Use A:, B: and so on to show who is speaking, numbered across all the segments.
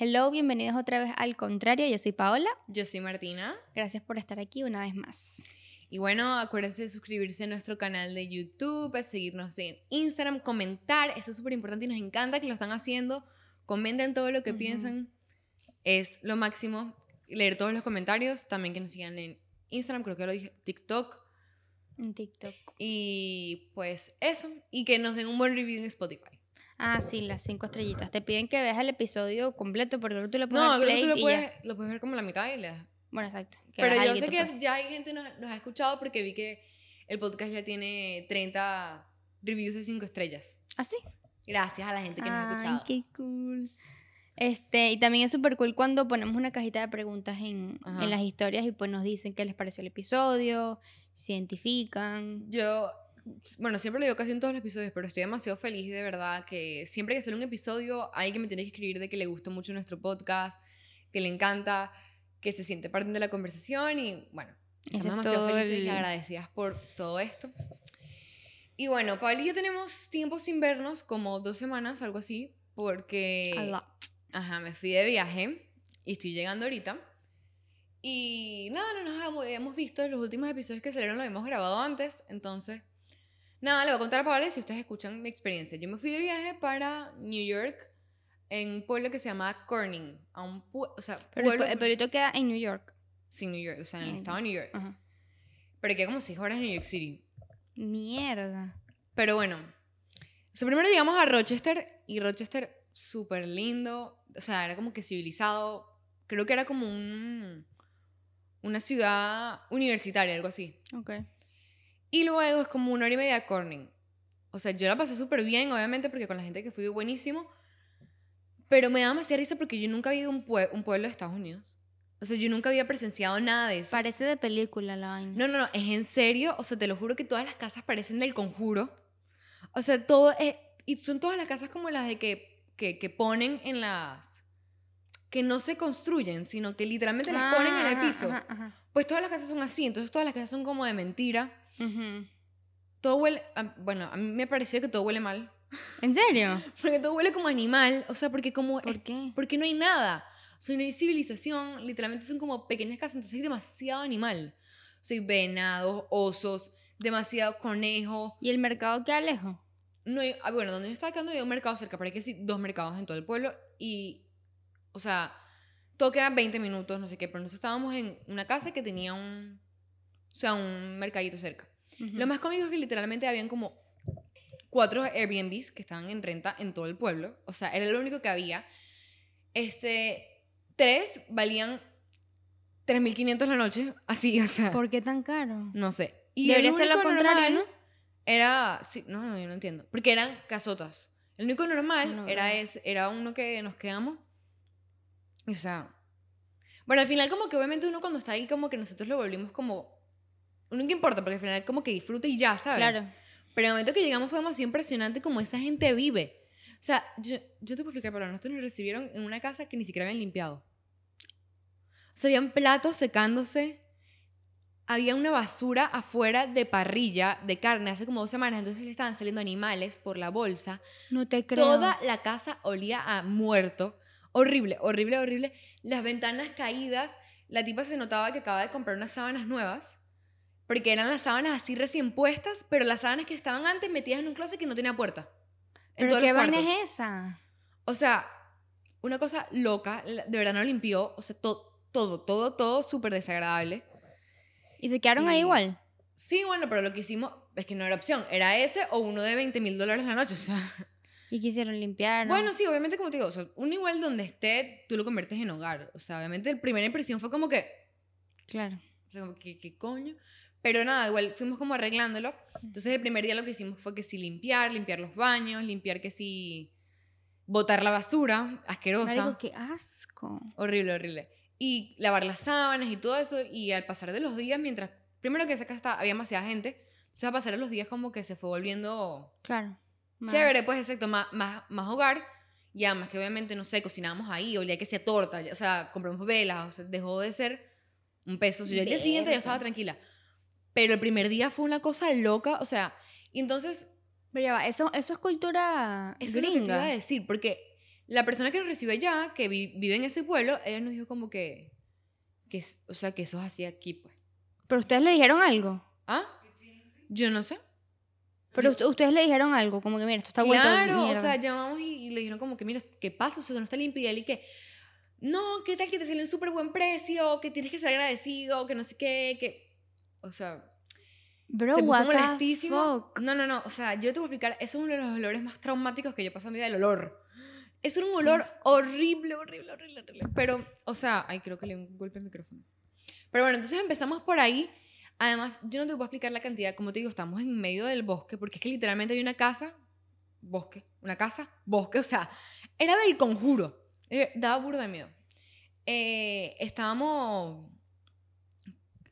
A: Hello, bienvenidos otra vez al contrario. Yo soy Paola.
B: Yo soy Martina.
A: Gracias por estar aquí una vez más.
B: Y bueno, acuérdense de suscribirse a nuestro canal de YouTube, a seguirnos en Instagram, comentar. Eso es súper importante y nos encanta que lo están haciendo. Comenten todo lo que
A: Ujú.
B: piensan. Es lo máximo. Leer todos los comentarios. También que nos sigan en Instagram, creo que lo dije, TikTok.
A: En TikTok.
B: Y pues eso. Y que nos den un buen review en Spotify.
A: Ah, sí, las cinco estrellitas. Te piden que veas el episodio completo porque luego tú le pones
B: No, creo
A: play
B: que tú lo
A: y
B: puedes,
A: ya.
B: lo puedes ver como la mitad y le-
A: Bueno, exacto. que
B: Pero
A: veas
B: yo sé
A: alguito,
B: que
A: pues.
B: ya hay gente nos, nos ha escuchado porque vi que el podcast ya tiene 30 reviews de 5 estrellas.
A: ¿Ah, sí?
B: Gracias a la gente que nos ha
A: Ay,
B: escuchado.
A: qué cool. Este, y también es súper cool cuando ponemos una cajita de preguntas en,
B: Ajá.
A: en las historias y pues nos dicen qué les pareció el episodio, se identifican.
B: Yo, bueno, siempre lo digo casi en todos los episodios, pero estoy demasiado feliz de verdad que siempre que sale un episodio, alguien me tiene que escribir de que le gustó mucho nuestro podcast, que le encanta, que se siente parte de la conversación y bueno, estamos
A: Eso es
B: demasiado
A: todo
B: felices y
A: el-
B: agradecidas por todo esto. Y bueno, Pablo y yo tenemos tiempo sin vernos, como dos semanas, algo así, porque...
A: A lot.
B: Ajá, me fui de viaje y estoy llegando ahorita. Y nada, no nos habíamos- habíamos visto los últimos episodios que salieron, los habíamos grabado antes. Entonces, nada, le voy a contar a Paola si ustedes escuchan mi experiencia. Yo me fui de viaje para New York en un pueblo que se llama Corning. A un pue- o sea,
A: Pero el,
B: pueblo
A: pue- el pueblito queda en New York.
B: sin New York, o sea, en el
A: Ah,
B: estado de New York.
A: Ajá.
B: Pero queda como 6 horas en New York City.
A: Mierda.
B: Pero bueno, o sea, primero llegamos a Rochester y Rochester súper lindo, o sea, era como que civilizado, creo que era como un, una ciudad universitaria, algo así.
A: Ok.
B: Y luego es como una hora y media a Corning. O sea, yo la pasé súper bien, obviamente, porque con la gente que fui buenísimo, pero me da demasiada risa porque yo nunca había ido a un, pue- un pueblo de Estados Unidos. O sea, yo nunca había presenciado nada de eso.
A: Parece de película la vaina.
B: No, no, no, es en serio. O sea, te lo juro que todas las casas parecen del conjuro. O sea, todo es. Y son todas las casas como las de que, que, que ponen en las. que no se construyen, sino que literalmente las ponen en el
A: Ah,
B: piso.
A: ajá, ajá.
B: Pues todas las casas son así, entonces todas las casas son como de mentira.
A: Ujú.
B: Todo huele. a- Bueno, a mí me pareció que todo huele mal.
A: ¿En serio?
B: Porque todo huele como animal. O sea, porque como.
A: ¿Por qué?
B: porque no hay nada. O sea, no hay civilización, literalmente son como pequeñas casas, entonces hay demasiado animal. O sea, hay venados, osos, demasiado conejos.
A: ¿Y el mercado queda lejos?
B: No hay- ah, bueno, donde yo estaba quedando había un mercado cerca, pero hay que sí, dos mercados en todo el pueblo y, o sea, todo queda 20 minutos, no sé qué, pero nosotros estábamos en una casa que tenía un, o sea, un mercadito cerca. Lo más cómico es que literalmente habían como cuatro Airbnbs que estaban en renta en todo el pueblo. O sea, era lo único que había. Este, tres valían 3.500 la noche. Así, o sea,
A: ¿Por qué tan caro?
B: Ah. no sé.
A: Debería
B: el
A: ser lo
B: único
A: contrario,
B: normal Era, sí, no, no, yo no entiendo. Porque eran casotas. El único normal
A: No,
B: era,
A: no.
B: es, era uno que nos quedamos. Y, o sea, bueno, al final como que obviamente uno cuando está ahí como que nosotros lo volvimos como... Uno que importa, porque al final como que disfruta y ya, ¿sabes?
A: Claro.
B: Pero en el momento que llegamos fue demasiado impresionante como esa gente vive. O sea, yo, yo te puedo explicar, pero nosotros nos recibieron en una casa que ni siquiera habían limpiado. O sea, habían platos secándose. Había una basura afuera de parrilla de carne hace como dos semanas. Entonces le estaban saliendo animales por la bolsa.
A: No te creo.
B: Toda la casa olía a muerto. Horrible, horrible, horrible. Las ventanas caídas. La tipa se notaba que acaba de comprar unas sábanas nuevas. Porque eran las sábanas así recién puestas, pero las sábanas que estaban antes metidas en un closet que no tenía puerta.
A: ¿Pero
B: En todos
A: qué
B: los
A: vaina
B: cuartos.
A: es esa?
B: O sea, una cosa loca. la- De verdad no limpió. O sea, to- todo, todo, todo súper desagradable.
A: ¿Y se quedaron ahí
B: Y-
A: igual?
B: Sí, bueno, pero lo que hicimos es que no era opción. Era ese o uno de 20 mil dólares la noche. O sea.
A: ¿Y quisieron limpiar?
B: Bueno, sí, obviamente, como te digo, o sea, un igual donde esté, tú lo conviertes en hogar. O sea, obviamente, la primera impresión fue como que,
A: Claro.
B: o sea, como que, ¿qué coño? Pero nada, igual fuimos como arreglándolo. Entonces, el primer día lo que hicimos fue que sí limpiar, limpiar los baños, limpiar que sí botar la basura, asquerosa,
A: Marico, qué asco.
B: horrible, horrible. Y lavar las sábanas y todo eso. Y al pasar de los días, mientras, primero que esa casa estaba- había demasiada gente, entonces al pasar de los días como que se fue volviendo
A: Claro. Más.
B: Chévere, pues exacto, más, más, más hogar. Y además que obviamente, no sé, cocinábamos ahí, olía que sea torta, ya- o sea, compramos velas, o sea, dejó de ser un peso. O sea, yo al día siguiente yo
A: Verga.
B: estaba tranquila. Pero el primer día fue una cosa loca, o sea, y entonces,
A: Pero ya va, eso, eso es cultura
B: eso es lo que te iba a
A: gringa.
B: decir, porque la persona que nos recibió allá, que vi- vive en ese pueblo, ella nos dijo como que, que es- o sea, que eso es así aquí, pues.
A: Pero ustedes le dijeron algo.
B: ¿Ah? Yo no sé.
A: Pero ust- ustedes le dijeron algo, como que mira, esto está vuelto
B: claro, o
A: mierda".
B: sea, llamamos y, y le dijeron como que, mira, ¿qué pasa? Eso no está limpio. Y él y que, no, ¿qué tal que te sale un súper buen precio? Que tienes que ser agradecido, que no sé qué, que... O sea,
A: Bro,
B: se puso
A: what the
B: molestísimo.
A: fuck.
B: No, no, no. O sea, yo te voy a explicar. Eso es uno de los olores más traumáticos que yo pasé en mi vida, el olor. Es un olor horrible, horrible, horrible, horrible. Pero, o sea, ay, creo que le di un golpe al micrófono. Pero bueno, entonces empezamos por ahí. Además, yo no te puedo explicar la cantidad. Como te digo, estamos en medio del bosque, porque es que literalmente había una casa, bosque, una casa, bosque. O sea, era del conjuro. Eh, Daba burda de miedo. Eh, estábamos.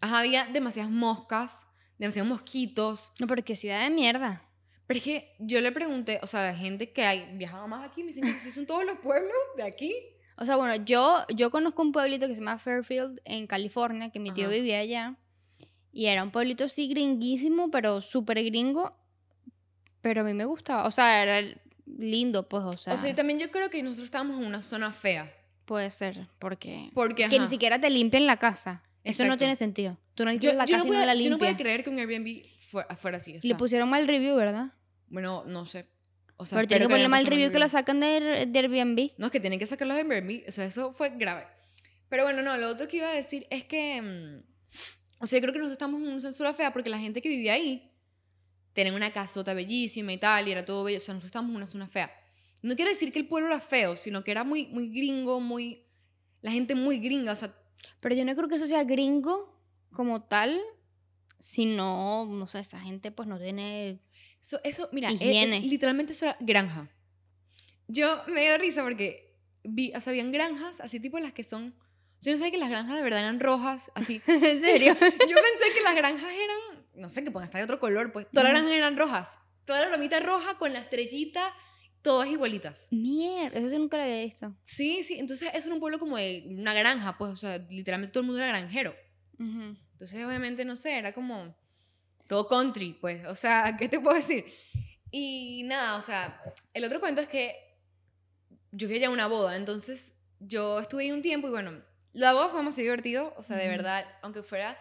B: Ajá, había demasiadas moscas demasiados mosquitos.
A: No, pero qué ciudad de mierda.
B: Pero es que yo le pregunté, o sea, a la gente que ha viajado más aquí, me dicen que sí son todos los pueblos de aquí.
A: O sea, bueno, yo, yo conozco un pueblito que se llama Fairfield en California, que mi tío
B: Ajá.
A: vivía allá. Y era un pueblito así gringuísimo, pero súper gringo. Pero a mí me gustaba. O sea, era el- lindo, pues, o sea,
B: O sea, y también yo creo que nosotros estábamos en una zona fea.
A: puede ser. Porque
B: Porque,
A: que ni
B: ajá,
A: siquiera te limpien la casa. Eso no
B: Exacto.
A: tiene sentido. Tú no
B: yo,
A: alquilas la
B: yo
A: casa
B: no
A: y no la
B: podía, yo no podía
A: limpias.
B: creer que un Airbnb fuera, fuera así. o
A: Le
B: sea,
A: pusieron mal review, ¿verdad?
B: bueno, no sé. O sea,
A: pero tiene
B: espero
A: que poner
B: hayan
A: mal
B: puesto
A: review que lo sacan de, Air- de Airbnb.
B: No, es que tienen que sacar los Airbnb. O sea, eso fue grave. Pero bueno, no, lo otro que iba a decir es que. mm, o sea, yo creo que nosotros estamos en una censura fea porque la gente que vivía ahí tenía una casota bellísima y tal, y era todo bello. O sea, nosotros estamos en una zona fea. No quiere decir que el pueblo era feo, sino que era muy, muy gringo, muy. La gente muy gringa, o sea.
A: Pero yo no creo que eso sea gringo como tal. Si no, no sé, esa gente pues no tiene
B: Eso, eso mira, e, es- es-
A: Higiene.
B: literalmente eso era granja. Yo me dio risa porque vi, o sea, habían granjas, así tipo las que son. Yo no sabía que las granjas de verdad eran rojas, así.
A: ¿En serio?
B: Yo pensé que las granjas eran, no sé, que pongan hasta de otro color, pues. Todas las
A: Ujú.
B: granjas eran rojas. Toda la bromita roja con la estrellita, todas igualitas.
A: Mierda, eso sí nunca lo había visto.
B: Sí, sí. Entonces, eso era un pueblo como de una granja, pues. O sea, literalmente todo el mundo era granjero. Entonces, obviamente, no sé, era como todo country, pues. O sea, ¿qué te puedo decir? Y nada, o sea, el otro cuento es que yo fui allá a una boda, entonces yo estuve ahí un tiempo y bueno, la boda fue demasiado divertido, o sea, de
A: Ujú.
B: verdad, aunque fuera,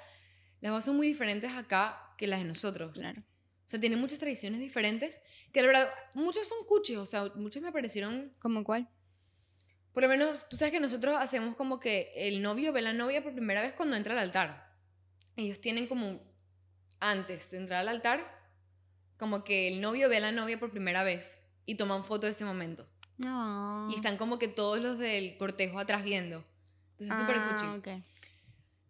B: las bodas son muy diferentes acá que las de nosotros.
A: Claro.
B: O sea, tienen muchas tradiciones diferentes, que la verdad, muchos son cuchos, o sea, muchos me parecieron
A: ¿Cómo cuál?
B: por lo menos, tú sabes que nosotros hacemos como que el novio ve a la novia por primera vez cuando entra al altar. Ellos tienen como, antes de entrar al altar, como que el novio ve a la novia por primera vez y toman foto de ese momento.
A: No.
B: Y están como que todos los del cortejo atrás viendo. Entonces es súper cuchi.
A: ah, ok.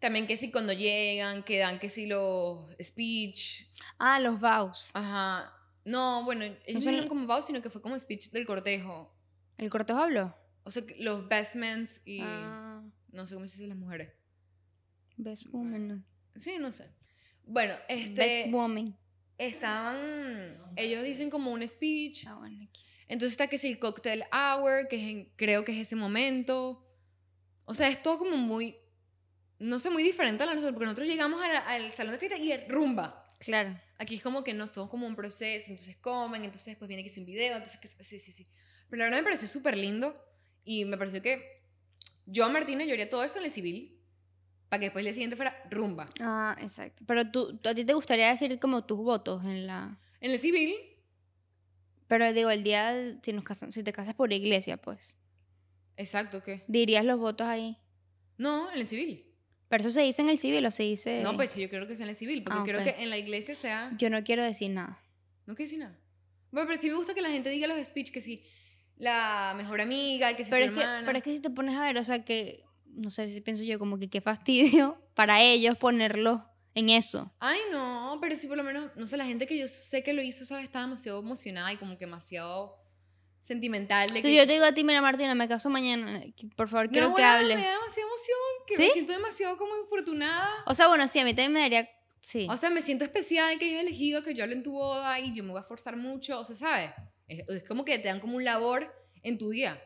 B: También que si cuando llegan, que dan que si los speech.
A: Ah, los vows.
B: Ajá. No, bueno, ellos
A: son-
B: no eran como vows, sino que fue como speech del cortejo.
A: ¿El cortejo habló?
B: O sea, que los bestments y
A: Ah,
B: no sé cómo se dice las mujeres.
A: best woman.
B: Sí, no sé. Bueno,
A: Best
B: este,
A: woman.
B: estaban, ellos dicen como un speech,
A: Ah, bueno, aquí.
B: entonces está que es el cocktail hour, que es en- creo que es ese momento, o sea, es todo como muy, no sé, muy diferente a la nosotros, porque nosotros llegamos a la- al salón de fiesta y es rumba,
A: Claro.
B: aquí es como que no, es todo como un proceso, entonces comen, entonces después viene que es un video, entonces, que, sí, sí, sí, pero la verdad me pareció súper lindo y me pareció que yo a Martina yo haría todo eso en el civil, para que después el día siguiente fuera rumba.
A: Ah, exacto. Pero tú, tú- a ti te gustaría decir como tus votos en la...
B: En el civil
A: Pero digo, el día, del- si, nos casamos, si te casas por iglesia, pues,
B: Exacto, ¿qué?
A: dirías los votos ahí.
B: No, en el civil.
A: Pero eso se dice en el civil o se dice...
B: No, pues yo quiero que sea en el civil, porque
A: Ah,
B: quiero
A: ok.
B: que en la iglesia sea...
A: Yo no quiero decir nada.
B: No quiero decir nada. Bueno, pero sí me gusta que la gente diga los speech, que sí, la mejor amiga, que sí,
A: Pero
B: su
A: es, que,
B: hermana.
A: pero es que si te pones a ver, o sea que, no sé si pienso yo, como que qué fastidio para ellos ponerlo en eso.
B: Ay, no, pero sí por lo menos, no sé, la gente que yo sé que lo hizo, ¿sabes? Estaba demasiado emocionada y como que demasiado sentimental. De
A: Si
B: que,
A: yo te digo a ti, mira Martina, me caso mañana, que- por favor,
B: No,
A: quiero que
B: bueno,
A: hables.
B: Me da demasiada emoción, que
A: ¿Sí?
B: me siento demasiado como infortunada.
A: O sea, bueno, sí, a mí también me daría, sí.
B: O sea, me siento especial que hayas elegido que yo hable en tu boda y yo me voy a esforzar mucho, o sea, ¿sabes? Es, es como que te dan como un labor en tu día.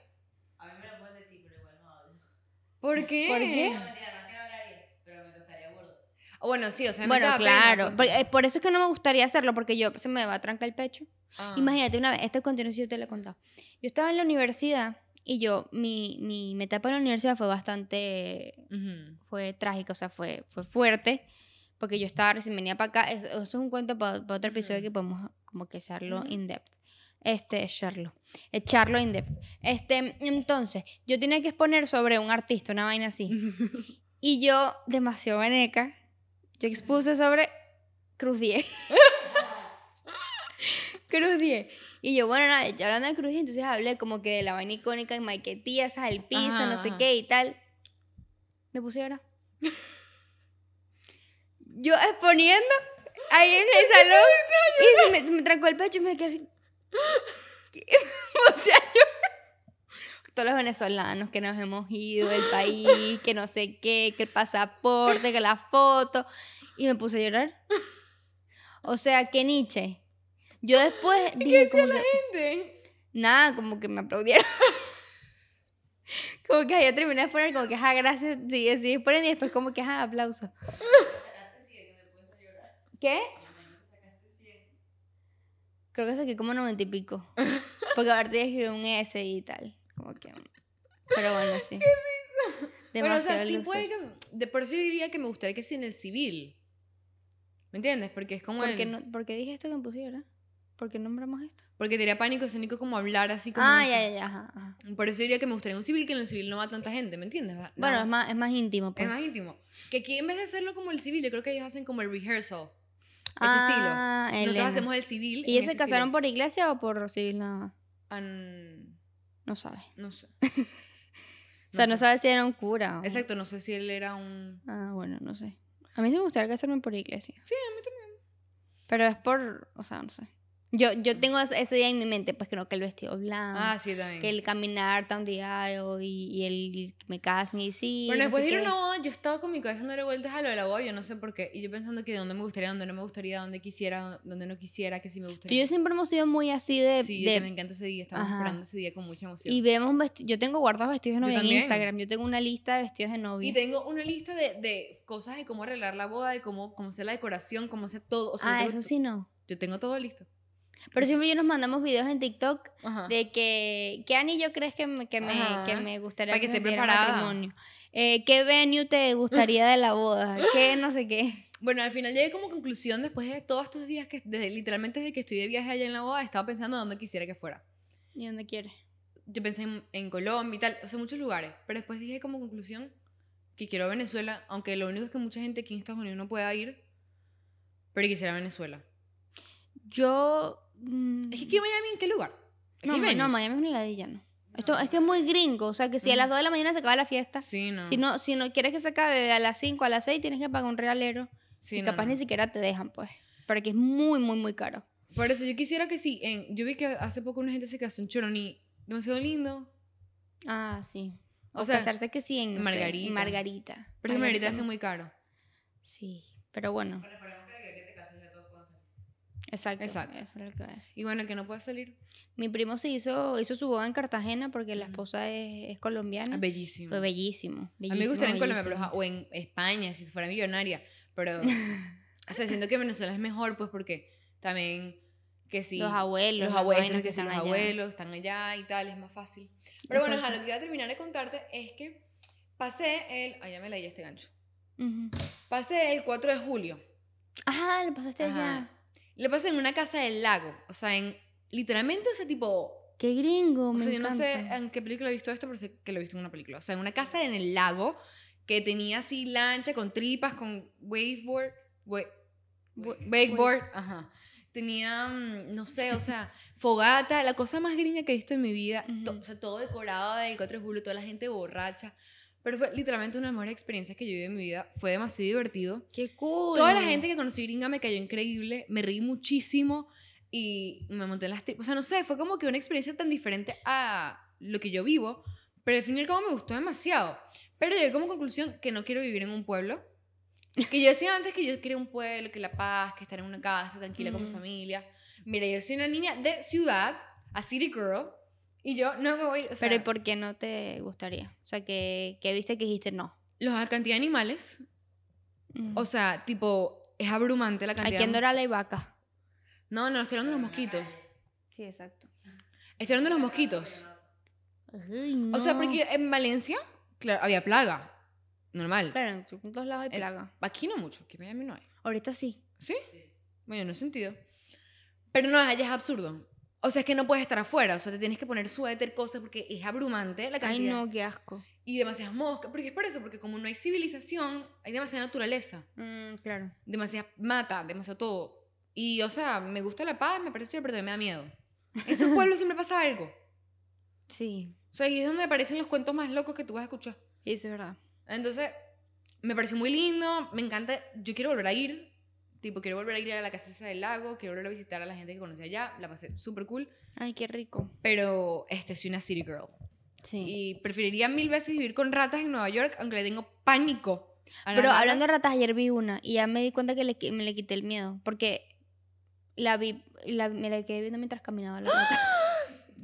C: A mí me lo pueden decir, pero igual no hablo.
B: ¿Por qué?
A: ¿Por qué?
C: No, mentira, no es que no hablaría, pero me costaría gordo.
B: O bueno, sí, o sea, me
A: bueno,
B: da pena,
A: claro.
B: pues.
A: por, eh, por eso es que no me gustaría hacerlo, porque yo se me va a trancar el pecho.
B: Ah.
A: este Imagínate una vez, esta continuación yo te la he contado. Yo estaba en la universidad Y yo, mi, mi, mi etapa en la universidad fue bastante
B: Ujú.
A: fue trágica, o sea, fue, fue fuerte, porque yo estaba recién venía para acá. Es- Eso es un cuento para, otro episodio
B: Ujú.
A: que podemos como que echarlo
B: Ujú.
A: in depth. Este, echarlo. Echarlo in depth. Este, entonces, yo tenía que exponer sobre un artista, una vaina así. Y yo, demasiado veneca, yo expuse sobre Cruz 10. Cruz 10. Y yo, bueno, nada, ya hablando de Cruz 10, entonces hablé como que de la vaina icónica de Mike Tías, el piso,
B: Ajá,
A: no sé
B: ajá.
A: qué y tal. Me puse a llorar. yo exponiendo ahí en el salón y se me, se me trancó el pecho y me quedé así. o sea, yo. Todos los venezolanos que nos hemos ido del país, que no sé qué, que el pasaporte, que la foto. Y me puse a llorar. O sea, que Nietzsche. Yo después dije como que, nada, como que me aplaudieron. como que yo terminé de poner como que, ajá, gracias, sí, sí, ponen y después como que, ajá, aplauso.
C: Sacaste 100, que te puedes llorar.
A: ¿Qué?
C: Y mañana te sacaste 100.
A: Creo que saqué como noventa y pico. Porque aparte de escribir un S y tal. Como que... Pero bueno, sí.
B: Bueno, o
A: Demasiado
B: sea, sí
A: loser.
B: puede que. De por eso yo diría que me gustaría que sí en el civil. ¿Me entiendes? Porque es como.
A: ¿Por qué,
B: el-
A: no, por qué dije esto que me puse a llorar? ¿Por qué nombramos esto?
B: Porque te diría pánico escénico como hablar así como.
A: Ah, ya, ya, ya. ajá, ajá.
B: Por eso yo diría que me gustaría un civil, que en el civil no va tanta gente, ¿me entiendes? Va-
A: Bueno,
B: no,
A: es más, es más íntimo, pues.
B: es más íntimo. Que aquí en vez de hacerlo como el civil, yo creo que ellos hacen como el rehearsal. Ese
A: ah,
B: estilo. Nosotros
A: Elena.
B: hacemos el civil.
A: ¿Y ellos se casaron por iglesia o por civil nada más? No sabe.
B: no sé.
A: O sea, no, sabe si era un cura. o-
B: Exacto, no sé si él era un.
A: Ah, bueno, no sé. A mí sí me gustaría casarme por iglesia.
B: Sí, a mí también.
A: Pero es por, o sea, no sé. Yo, yo tengo es- ese día en mi mente, pues creo que el vestido blanco,
B: Mm. Ah, sí, también.
A: que el caminar down the aisle y, y el y me caso y sí.
B: Bueno,
A: no sé
B: después de ir a
A: qué.
B: una boda, yo estaba con mi cabeza dándole vueltas a lo de la boda, yo no sé por qué. Y yo pensando que dónde me gustaría, dónde no me gustaría, dónde quisiera, dónde no quisiera, que sí me
A: Tú y
B: gustaría.
A: yo siempre hemos sido muy así de.
B: sí,
A: de-
B: que me encanta ese día, estaba
A: Ajá.
B: esperando ese día con mucha emoción.
A: y vemos vesti- Yo tengo guardados vestidos de
B: Yo
A: novia en
B: también.
A: Instagram. Yo tengo una lista de vestidos de novia.
B: Y tengo una lista de, de cosas de cómo arreglar la boda, de cómo, cómo hacer la decoración, cómo hacer todo. O sea,
A: ah,
B: yo, tengo,
A: eso sí no.
B: yo tengo todo listo.
A: Pero siempre yo nos mandamos videos en TikTok
B: Ajá.
A: de que qué anillo crees que me, que me, que
B: Ajá.
A: me gustaría
B: Para que
A: se
B: esté
A: viera en
B: preparada.
A: matrimonio? Eh, ¿Qué venue te gustaría de la boda? ¿Qué no sé qué?
B: Bueno, al final llegué como conclusión después de todos estos días que, desde, literalmente desde que estoy de viaje allá en la boda, estaba pensando dónde quisiera que fuera.
A: ¿Y dónde quieres?
B: Yo pensé en, en Colombia y tal, o sea, muchos lugares. Pero después dije como conclusión que quiero Venezuela, aunque lo único es que mucha gente aquí en Estados Unidos no pueda ir, pero quisiera Venezuela.
A: Yo. mm,
B: Es que aquí en Miami, ¿en qué lugar? Aquí
A: no, ma- no,
B: menos.
A: Miami es una heladilla, no.
B: Ah,
A: Esto,
C: No.
A: es que es muy gringo, o sea que si a las
B: Ujú.
A: 2 de la mañana se acaba la fiesta,
B: Sí, no.
A: si, no, si no quieres que se acabe a las 5, a las 6, tienes que pagar un realero.
B: Sí,
A: y
B: no,
A: capaz
B: no.
A: ni siquiera te dejan, pues. Porque es muy, muy, muy caro.
B: Por eso yo quisiera que sí. En, yo vi que hace poco una gente se casó en Choroní. Demasiado lindo.
A: Ah, sí. O,
B: O sea,
A: casarse que sí en no sé, en
B: Margarita.
A: Margarita.
B: Pero es que Margarita hace
A: no.
B: muy caro.
A: Sí, pero bueno,
C: Bueno, esperemos que el que te cases ya todos conocen.
A: exacto.
B: Exacto.
A: Eso es lo que voy a decir.
B: Y bueno, el que no pueda salir.
A: Mi primo se hizo, hizo su boda en Cartagena porque la
B: Ujú.
A: esposa es, es colombiana.
B: Bellísimo.
A: Fue Ah, bellísimo.
B: A mí me gustaría en
A: bellísimo,
B: Colombia pero,
A: bellísimo.
B: ajá, o en España, si fuera millonaria. Pero, o sea, siento que Venezuela es mejor, pues porque también que sí.
A: Los abuelos.
B: los
A: las
B: abuelos,
A: vainas
B: que, sí,
A: están
B: los
A: allá.
B: abuelos están allá y tal, es más fácil. Pero bueno, ajá,
A: Exacto.
B: lo que iba a terminar de contarte es que pasé el. Ay, ya me leí este gancho.
A: Ujú.
B: Pasé el 4 de julio.
A: Ajá, lo pasaste
B: Ajá.
A: allá.
B: Lo pasé en una casa del lago. O sea, en. Literalmente, o sea, tipo.
A: Qué gringo,
B: O
A: me
B: sea, yo no sé eh,
A: encanta.
B: en qué película he visto esto, pero sé que lo he visto en una película. O sea, en una casa en el lago que tenía así lancha con tripas, con wakeboard. wa- wa- wakeboard, ajá. Tenía, mm, no sé, o sea, fogata, la cosa más gringa que he visto en mi vida. To-
A: Ujú.
B: o sea, todo decorado del 4 de julio, toda la gente borracha. Pero fue literalmente una de las mejores experiencias que yo viví en mi vida. Fue demasiado divertido.
A: Qué cool.
B: Toda la gente que conocí gringa me cayó increíble, me reí muchísimo y me monté en las tripas. O sea, no sé, fue como que una experiencia tan diferente a lo que yo vivo, pero al fin y al cabo me gustó demasiado. Pero llegué como conclusión que no quiero vivir en un pueblo. Que yo decía antes que yo quería un pueblo, que la paz, que estar en una casa tranquila con mi
A: Mm.
B: familia. Mira, yo soy una niña de ciudad, a city girl, y yo no me voy. O sea,
A: Pero ¿y por qué no te gustaría? O sea, que, que viste que dijiste no.
B: los- la cantidad de animales,
A: Mm.
B: o sea, tipo, es abrumante la cantidad.
A: Aquí en
B: de-
A: Doral hay vaca.
B: No, no, estoy hablando de los
C: Pero en la
B: mosquitos.
C: calle.
A: Sí, exacto.
B: Estoy hablando de los
C: Pero en la
B: mosquitos.
C: calle, ¿no?
A: Ay,
B: O sea,
A: no.
B: porque en Valencia, claro, había plaga. Normal.
A: Claro, en todos lados hay
B: Eh,
A: plaga.
B: Aquí no mucho, aquí en Miami no hay.
A: Ahorita sí.
B: ¿Sí?
C: Sí.
B: Bueno, no he sentido. Pero no, allá es absurdo. O sea, es que no puedes estar afuera. O sea, te tienes que poner suéter, cosas, porque es abrumante la
A: Ay,
B: cantidad.
A: no, qué asco.
B: Y demasiadas moscas. Porque es por eso, porque como no hay civilización, hay demasiada naturaleza.
A: Mm, claro.
B: demasiada mata, demasiado todo. Y, o sea, me gusta la paz, me parece chévere, pero también me da miedo. En esos pueblos siempre pasa algo. O
A: Sí,
B: sea, ahí es donde aparecen los cuentos más locos que tú vas a escuchar.
A: eso es verdad.
B: Entonces, me pareció muy lindo, me encanta. Yo quiero volver a ir. Tipo, quiero volver a ir a la casa esa del lago, quiero volver a visitar a la gente que conocí allá. La pasé súper cool.
A: Ay, qué rico.
B: Pero, este, soy una city girl.
A: Sí.
B: Y preferiría mil veces vivir con ratas en Nueva York, aunque le tengo pánico. a las
A: Pero
B: ratas.
A: hablando de ratas, ayer vi una y ya me di cuenta que le qui- me le quité el miedo. Porque la vi, la- me la quedé viendo mientras caminaba la rata.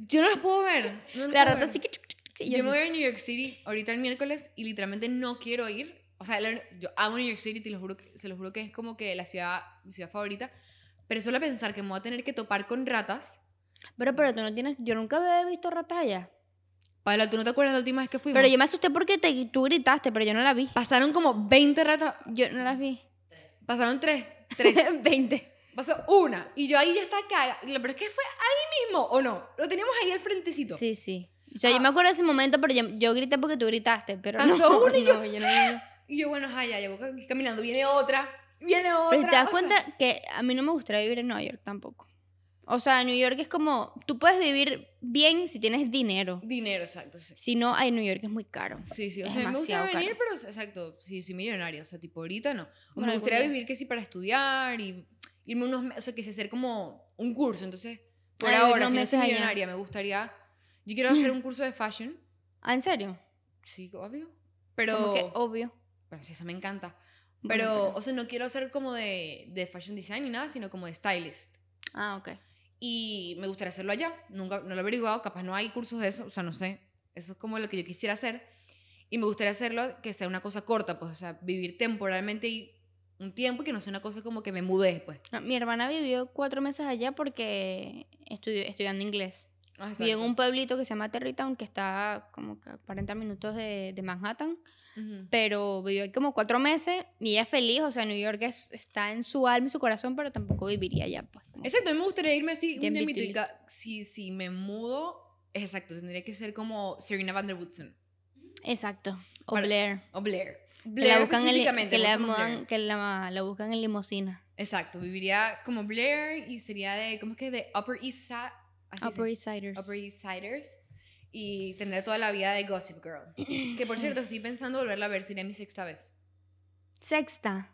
B: Yo no las puedo ver. no las
A: la
B: puedo
A: rata
B: ver.
A: sí que... chuc, chuc, chuc, y
B: Yo
A: yo
B: me voy
A: así.
B: a New York City ahorita el miércoles y literalmente no quiero ir. O sea, la- yo amo New York City, te lo juro, que- se lo juro que es como que la ciudad, mi ciudad favorita. Pero solo pensar que me voy a tener que topar con ratas.
A: Pero, pero tú no tienes... Yo nunca había visto ratas allá.
B: Paola, ¿tú no te acuerdas la última vez que fuimos?
A: Pero yo me asusté porque te, tú gritaste, pero yo no la vi.
B: Pasaron como 20 ratas.
A: Yo no las vi.
B: Pasaron tres. Tres.
A: 20.
B: Pasó una. Y yo ahí ya estaba cagada. Pero es que fue ahí mismo, ¿o no? Lo teníamos ahí al frentecito.
A: Sí, sí. O sea,
B: Ah.
A: yo me acuerdo de ese momento, pero yo, yo grité porque tú gritaste, pero no,
B: Pasó Ah, una y yo,
A: no, yo no vi.
B: Y yo, bueno, ajá, ya llevo ca- caminando. Viene otra. Viene otra.
A: Pero si te das
B: o sea,
A: cuenta que a mí no me gustaría vivir en Nueva York tampoco. O sea, New York es como, tú puedes vivir bien si tienes dinero.
B: Dinero, exacto. sí.
A: Si no, ay, New York es muy caro.
B: Sí, sí, o
A: Es
B: sea, me gusta
A: demasiado caro.
B: venir, pero s- exacto, sí, soy millonaria, o sea, tipo ahorita no. O
A: Bueno,
B: me
A: algún
B: gustaría
A: día.
B: vivir que sí para estudiar y irme unos, me- o sea, que se hacer como un curso, entonces, por
A: Ah, vivir
B: ahora,
A: unos
B: si no soy
A: meses allá.
B: millonaria, me gustaría, yo quiero hacer un curso de fashion,
A: Ah, ¿en serio?
B: sí, obvio,
A: Como
B: pero,
A: que obvio.
B: bueno, sí, eso me encanta,
A: Bueno,
B: pero, o sea, no quiero ser como de, de fashion design ni nada, sino como de stylist.
A: Ah, ok.
B: Y me gustaría hacerlo allá. Nunca, no lo he averiguado, capaz no hay cursos de eso, o sea, no sé. Eso es como lo que yo quisiera hacer. Y me gustaría hacerlo que sea una cosa corta, pues, o sea, vivir temporalmente y un tiempo y que no sea una cosa como que me mudé, pues.
A: No, mi hermana vivió cuatro meses allá porque estudió, estudiando inglés.
B: Ah,
A: Vivió en un pueblito que se llama Terrytown, que está como que a 40 minutos de, de Manhattan.
B: Ujú.
A: pero vivió ahí como cuatro meses y ella es feliz, o sea, New York es- está en su alma y su corazón, pero tampoco viviría allá. Pues, como-
B: Exacto, a mí me gustaría irme así
A: Ya
B: un día
A: invito
B: y
A: y
B: diga, si, si me mudo, exacto, tendría que ser como Serena Van der Woodsen
A: Exacto. O
B: Para-
A: Blair.
B: o Blair.
A: Que la
B: Blair
A: buscan en, li-
B: específicamente,
A: que
B: me
A: la,
B: gusta más Blair.
A: mudan- que la, la buscan en limusina.
B: Exacto, viviría como Blair y sería de, ¿cómo es que? De Upper East Side. así se-
A: Upper East Siders.
B: Upper East Siders y tendré toda la vida de Gossip Girl. Que por
A: Sí.
B: cierto, estoy pensando volverla a ver, sería mi sexta vez.
A: Sexta.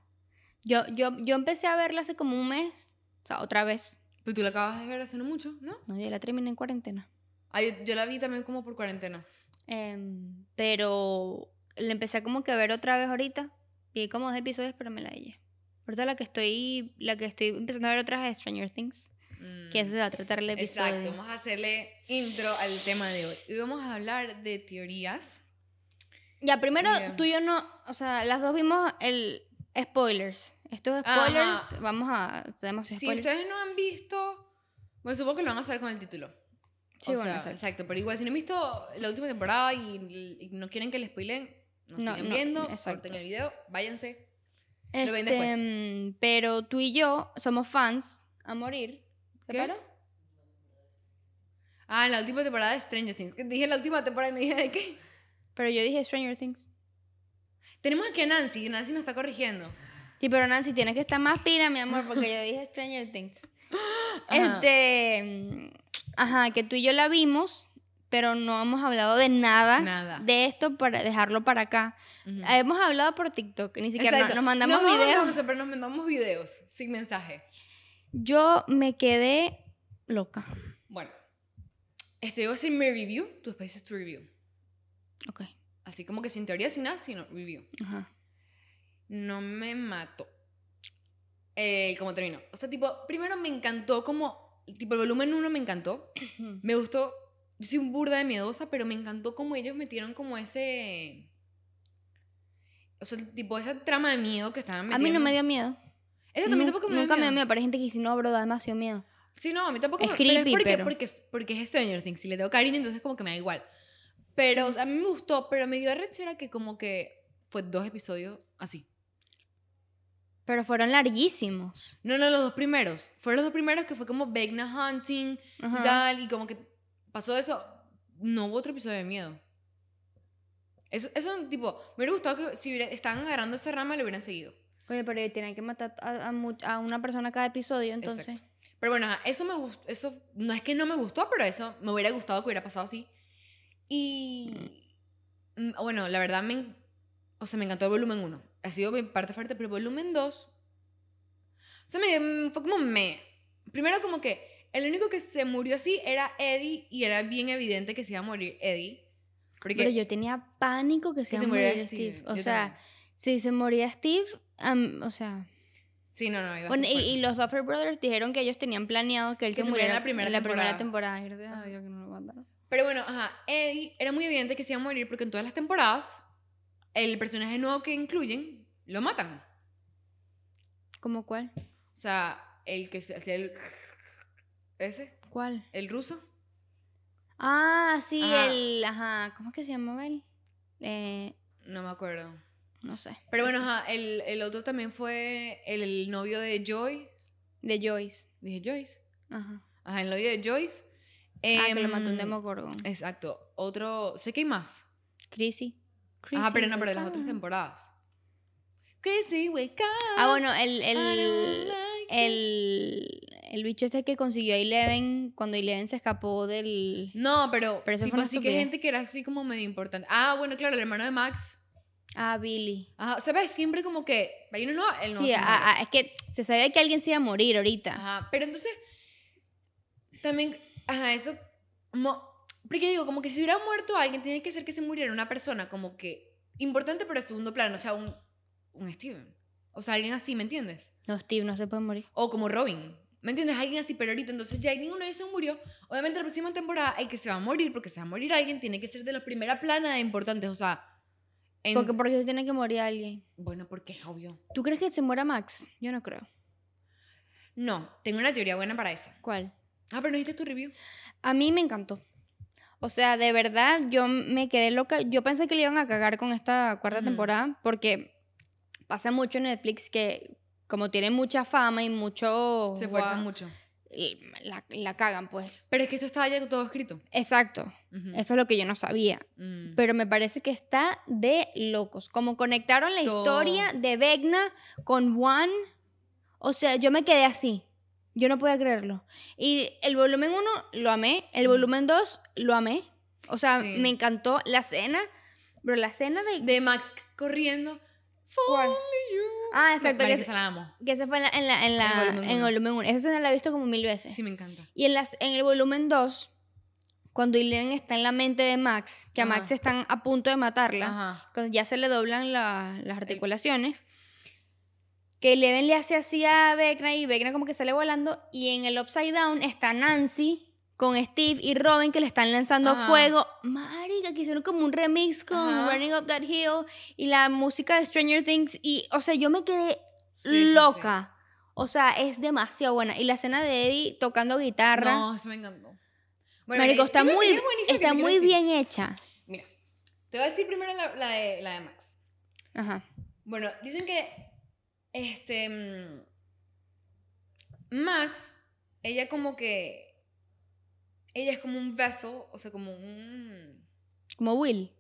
A: Yo, yo, yo empecé a verla hace como un mes, o sea, otra vez.
B: Pero tú la acabas de ver hace no mucho, ¿no?
A: No, yo la terminé en cuarentena.
B: Ah, yo, yo la vi también como por cuarentena.
A: Em, pero la empecé como que a ver otra vez ahorita. Vi como dos episodios, pero me la dije. Ahorita la que estoy, la que estoy empezando a ver otra es Stranger Things.
B: Mm,
A: Que eso se va a tratar el episodio.
B: Exacto, vamos a hacerle intro al tema de hoy. Y vamos a hablar de teorías.
A: Ya, primero
B: Ya.
A: tú y yo no, o sea, las dos vimos el spoilers. Estos spoilers,
B: Ajá.
A: vamos a, tenemos
B: Si
A: spoilers.
B: ustedes no han visto, bueno, supongo que lo van a saber con el título.
A: Sí,
B: O
A: bueno,
B: sea,
A: exacto.
B: exacto. Pero igual, si no han visto la última temporada y, y no quieren que les spoilen, no,
A: No,
B: sigan
A: no,
B: viendo,
A: exacto.
B: corten el video, váyanse. lo ven
A: Este,
B: después.
A: mm, pero tú y yo somos fans a morir. ¿Te
B: ¿Qué?
A: paro?
B: Ah, en la última temporada de Stranger Things. Que Dije la última temporada y no dije de qué.
A: Pero yo dije Stranger Things.
B: Tenemos aquí a Nancy. y Nancy nos está corrigiendo.
A: Sí, pero Nancy, tienes que estar más pila, mi amor, porque yo dije Stranger Things.
B: Ajá.
A: Este, mm, ajá, que tú y yo la vimos, pero no hemos hablado de nada,
B: Nada.
A: de esto para dejarlo para acá.
B: Ujú.
A: Hemos hablado por TikTok, ni siquiera no-
B: Exacto.
A: nos mandamos
B: no,
A: videos.
B: No, pero nos mandamos videos sin mensaje.
A: Yo me quedé loca.
B: Bueno. Este, yo voy a hacer mi review. Tú después dices tu review.
A: Ok.
B: Así como que sin teoría, sin nada, sino review.
A: Ajá.
B: No me mato. Eh, ¿Cómo terminó? O sea, tipo, primero me encantó como... Tipo, el volumen 1 me encantó. Me gustó. Yo soy un burda de miedosa, pero me encantó como ellos metieron como ese. O sea, tipo esa trama de miedo que estaban
A: A
B: metiendo.
A: mí no me dio miedo.
B: Eso también
A: Nu-
B: tampoco me
A: Nunca
B: dio
A: me
B: miedo.
A: dio miedo, pero hay gente que dice, no, bro, da demasiado miedo.
B: Sí, no, a mí tampoco
A: Es
B: me
A: creepy,
B: pero es porque,
A: pero-
B: porque, es- porque es Stranger Things y le tengo cariño, entonces como que me da igual. Pero, o sea, a mí me gustó, pero me dio arrechera que como que fue dos episodios así.
A: Pero fueron larguísimos.
B: No, no, los dos primeros. Fueron los dos primeros que fue como Vegna Hunting
A: Ajá.
B: y tal, y como que pasó eso. No hubo otro episodio de miedo. Eso, eso tipo, me hubiera gustado que si hubiera- estaban agarrando esa rama, lo hubieran seguido.
A: Oye, pero tienen que matar a, a mu- a una persona cada episodio, entonces.
B: Exacto. Pero bueno, ajá, eso me gustó, eso no es que no me gustó, pero eso me hubiera gustado que hubiera pasado así. Y mm, bueno, la verdad me en- o sea, me encantó el volumen 1. Ha sido mi parte fuerte, pero el volumen 2 o sea, me dio- mm, fue como me primero como que el único que se murió así era Eddie y era bien evidente que se iba a morir Eddie. Porque
A: Pero yo tenía pánico que se,
B: que
A: iba a
B: muriera
A: morir Steve. O
B: yo
A: sea,
B: también.
A: si se moría Steve, am- o sea.
B: sí, no, no, iba a
A: Bueno,
B: ser
A: y,
B: fuerte.
A: y los Duffer Brothers dijeron que ellos tenían planeado que él
B: Que
A: se,
B: se muriera
A: muriera
B: en la primera
A: temporada. Y yo decía,
B: Ajá.
A: "Ay, Dios, que no lo mataron".
B: Pero bueno, ajá, Eddie era muy evidente que se iba a morir porque en todas las temporadas el personaje nuevo que incluyen lo matan.
A: ¿Cómo cuál?
B: O sea, el que se- hacía el... Ese,
A: ¿Cuál?
B: el ruso.
A: Ah, sí,
B: Ajá.
A: el. Ajá. ¿Cómo es que se llamaba él? Eh,
B: No me acuerdo.
A: no sé.
B: Pero bueno, ajá, el, el otro también fue el, el novio de Joy.
A: De Joyce.
B: Dije Joyce.
A: Ajá.
B: Ajá, el novio de Joyce.
A: ah, que lo mató un
B: Em,
A: Demogorgon.
B: Exacto. Otro... Sé que hay más.
A: Chrissy.
B: Ajá, pero
A: Chrissy,
B: no, pero de las
A: ah.
B: otras temporadas. Crazy, wake up.
A: Ah, bueno, el.
B: I
A: el
B: don't like this.
A: el, el bicho este que consiguió a Eleven cuando Eleven se escapó del...
B: No, pero,
A: Pero eso fue
B: tipo,
A: una
B: así que
A: estupidez.
B: gente que era así como medio importante. Ah, bueno, claro, el hermano de Max.
A: Ah, Billy.
B: Ajá, ¿sabes? Siempre como que... Ahí no, no, él no
A: sí,
B: se
A: a-
B: muere.
A: a- es que se sabía que alguien se iba a morir ahorita.
B: Ajá, pero entonces... También, ajá, eso... mo- porque yo digo, como que si hubiera muerto alguien, tiene que ser que se muriera una persona como que importante pero de segundo plano, o sea, un, un Steven. O sea, alguien así, ¿me entiendes?
A: No, Steve, no se puede morir.
B: O como Robin. ¿Me entiendes? Alguien así, pero ahorita entonces ya ninguno de ellos se murió. Obviamente la próxima temporada el que se va a morir, porque se va a morir alguien, tiene que ser de la primera plana de importantes. O sea, en-
A: Porque, porque se tiene que morir alguien.
B: bueno, porque es obvio.
A: ¿Tú crees que se muera Max? Yo no creo.
B: No, tengo una teoría buena para esa.
A: ¿Cuál?
B: Ah, pero no hiciste tu review.
A: A mí me encantó. O sea, de verdad, yo me quedé loca. Yo pensé que le iban a cagar con esta cuarta
B: Ujú.
A: temporada porque pasa mucho en Netflix que como tiene mucha fama y mucho...
B: Se esfuerzan
A: guau,
B: mucho.
A: y La, la cagan, pues.
B: Pero es que esto está ya todo escrito.
A: Exacto.
B: Ujú.
A: Eso es lo que yo no sabía.
B: Mm.
A: Pero me parece que está de locos. Como conectaron la
B: Todo.
A: historia de Vecna con Juan. O sea, yo me quedé así. Yo no podía creerlo. Y el volumen 1 lo amé. El
B: Mm.
A: volumen 2 lo amé. O sea,
B: Sí.
A: me encantó la cena. Pero la cena de...
B: De Max c- corriendo.
A: ¿Cuál?
B: "Follow you".
A: Ah,
B: No,
A: exacto. Que,
B: marica,
A: se-
B: esa la amo.
A: que se fue en, la, en, la- en la-
B: volumen
A: en
B: uno.
A: volumen 1. Esa escena la he visto como mil veces.
B: Sí, me encanta.
A: Y en, las, en el volumen 2, cuando Eleven está en la mente de Max, que a
B: Ajá.
A: Max están a punto de matarla.
B: Ajá.
A: cuando ya se le doblan la- las articulaciones, que Eleven le hace así a Vecna y Vecna como que sale volando y en el Upside Down está Nancy con Steve y Robin que le están lanzando
B: Ajá.
A: fuego. Marica, que hicieron como un remix con
B: Ajá.
A: Running Up That Hill y la música de Stranger Things y, o sea, yo me quedé
B: Sí, sí, sí.
A: loca. O sea, es demasiado buena. Y la escena de Eddie tocando guitarra.
B: No, se me encantó.
A: Marico,
B: eh,
A: está
B: yo creo que
A: muy,
B: es buenísimo,
A: está
B: que te
A: muy
B: quiero decir.
A: bien hecha.
B: Mira, te voy a decir primero la, la de, la de Max.
A: Ajá.
B: Bueno, dicen que este mm, Max, ella como que ella es como un vaso, o sea, como un
A: Como Will.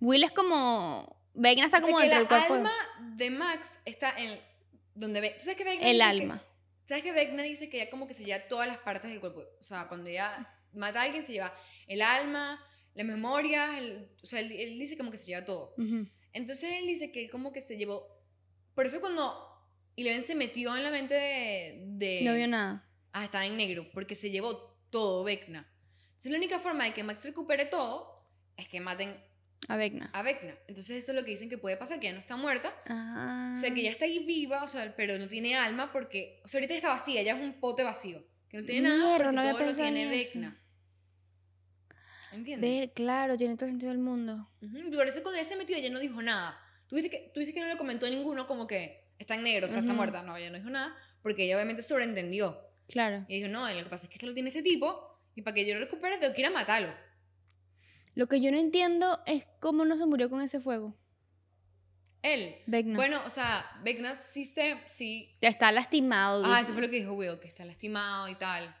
A: Will es como. Vecna está
B: o sea,
A: como
B: que
A: dentro del
B: la
A: cuerpo. de-
B: alma de Max está en donde ve, ¿tú sabes que Vecna
A: el
B: dice que-
A: alma.
B: ¿Sabes que Vecna dice que ella como que se lleva todas las partes del cuerpo? O sea, cuando ella mata a alguien se lleva el alma, las memorias, el- o sea, él, él dice como que se lleva todo.
A: Ujú.
B: Entonces él dice que él como que se llevó. Por eso cuando Eleven se metió en la mente de. de
A: No vio nada.
B: Ah, estaba en negro, porque se llevó todo Vecna. Entonces la única forma de que Max recupere todo es que maten
A: A Vecna.
B: a Vecna. Entonces eso es lo que dicen que puede pasar, que ella no está muerta.
A: Ah.
B: O sea, que ya está ahí viva, o sea, pero no tiene alma porque. O sea, ahorita está vacía, ella es un pote vacío. Que no tiene nada
A: Mierda,
B: porque
A: no había
B: todo lo
A: pensado en
B: tiene
A: eso.
B: Vecna. ¿Entiendes?
A: Ver, claro, tiene todo el sentido del mundo.
B: Ujú, Por eso cuando ella se metió, ella no dijo nada. Tú dices que, tú dices que no le comentó a ninguno como que está en negro, o sea, está
A: Ujú.
B: muerta. No, ella no dijo nada, porque ella obviamente sobreentendió.
A: Claro.
B: Y dijo, no, lo que pasa es que esto lo tiene este tipo, y para que yo lo recupere tengo que ir a matarlo.
A: Lo que yo no entiendo es cómo no se murió con ese fuego.
B: Él.
A: Vecna.
B: Bueno, o sea, Vecna sí se. Sí.
A: ya está lastimado.
B: Ah,
A: dice.
B: eso fue lo que dijo Will, que está lastimado y tal.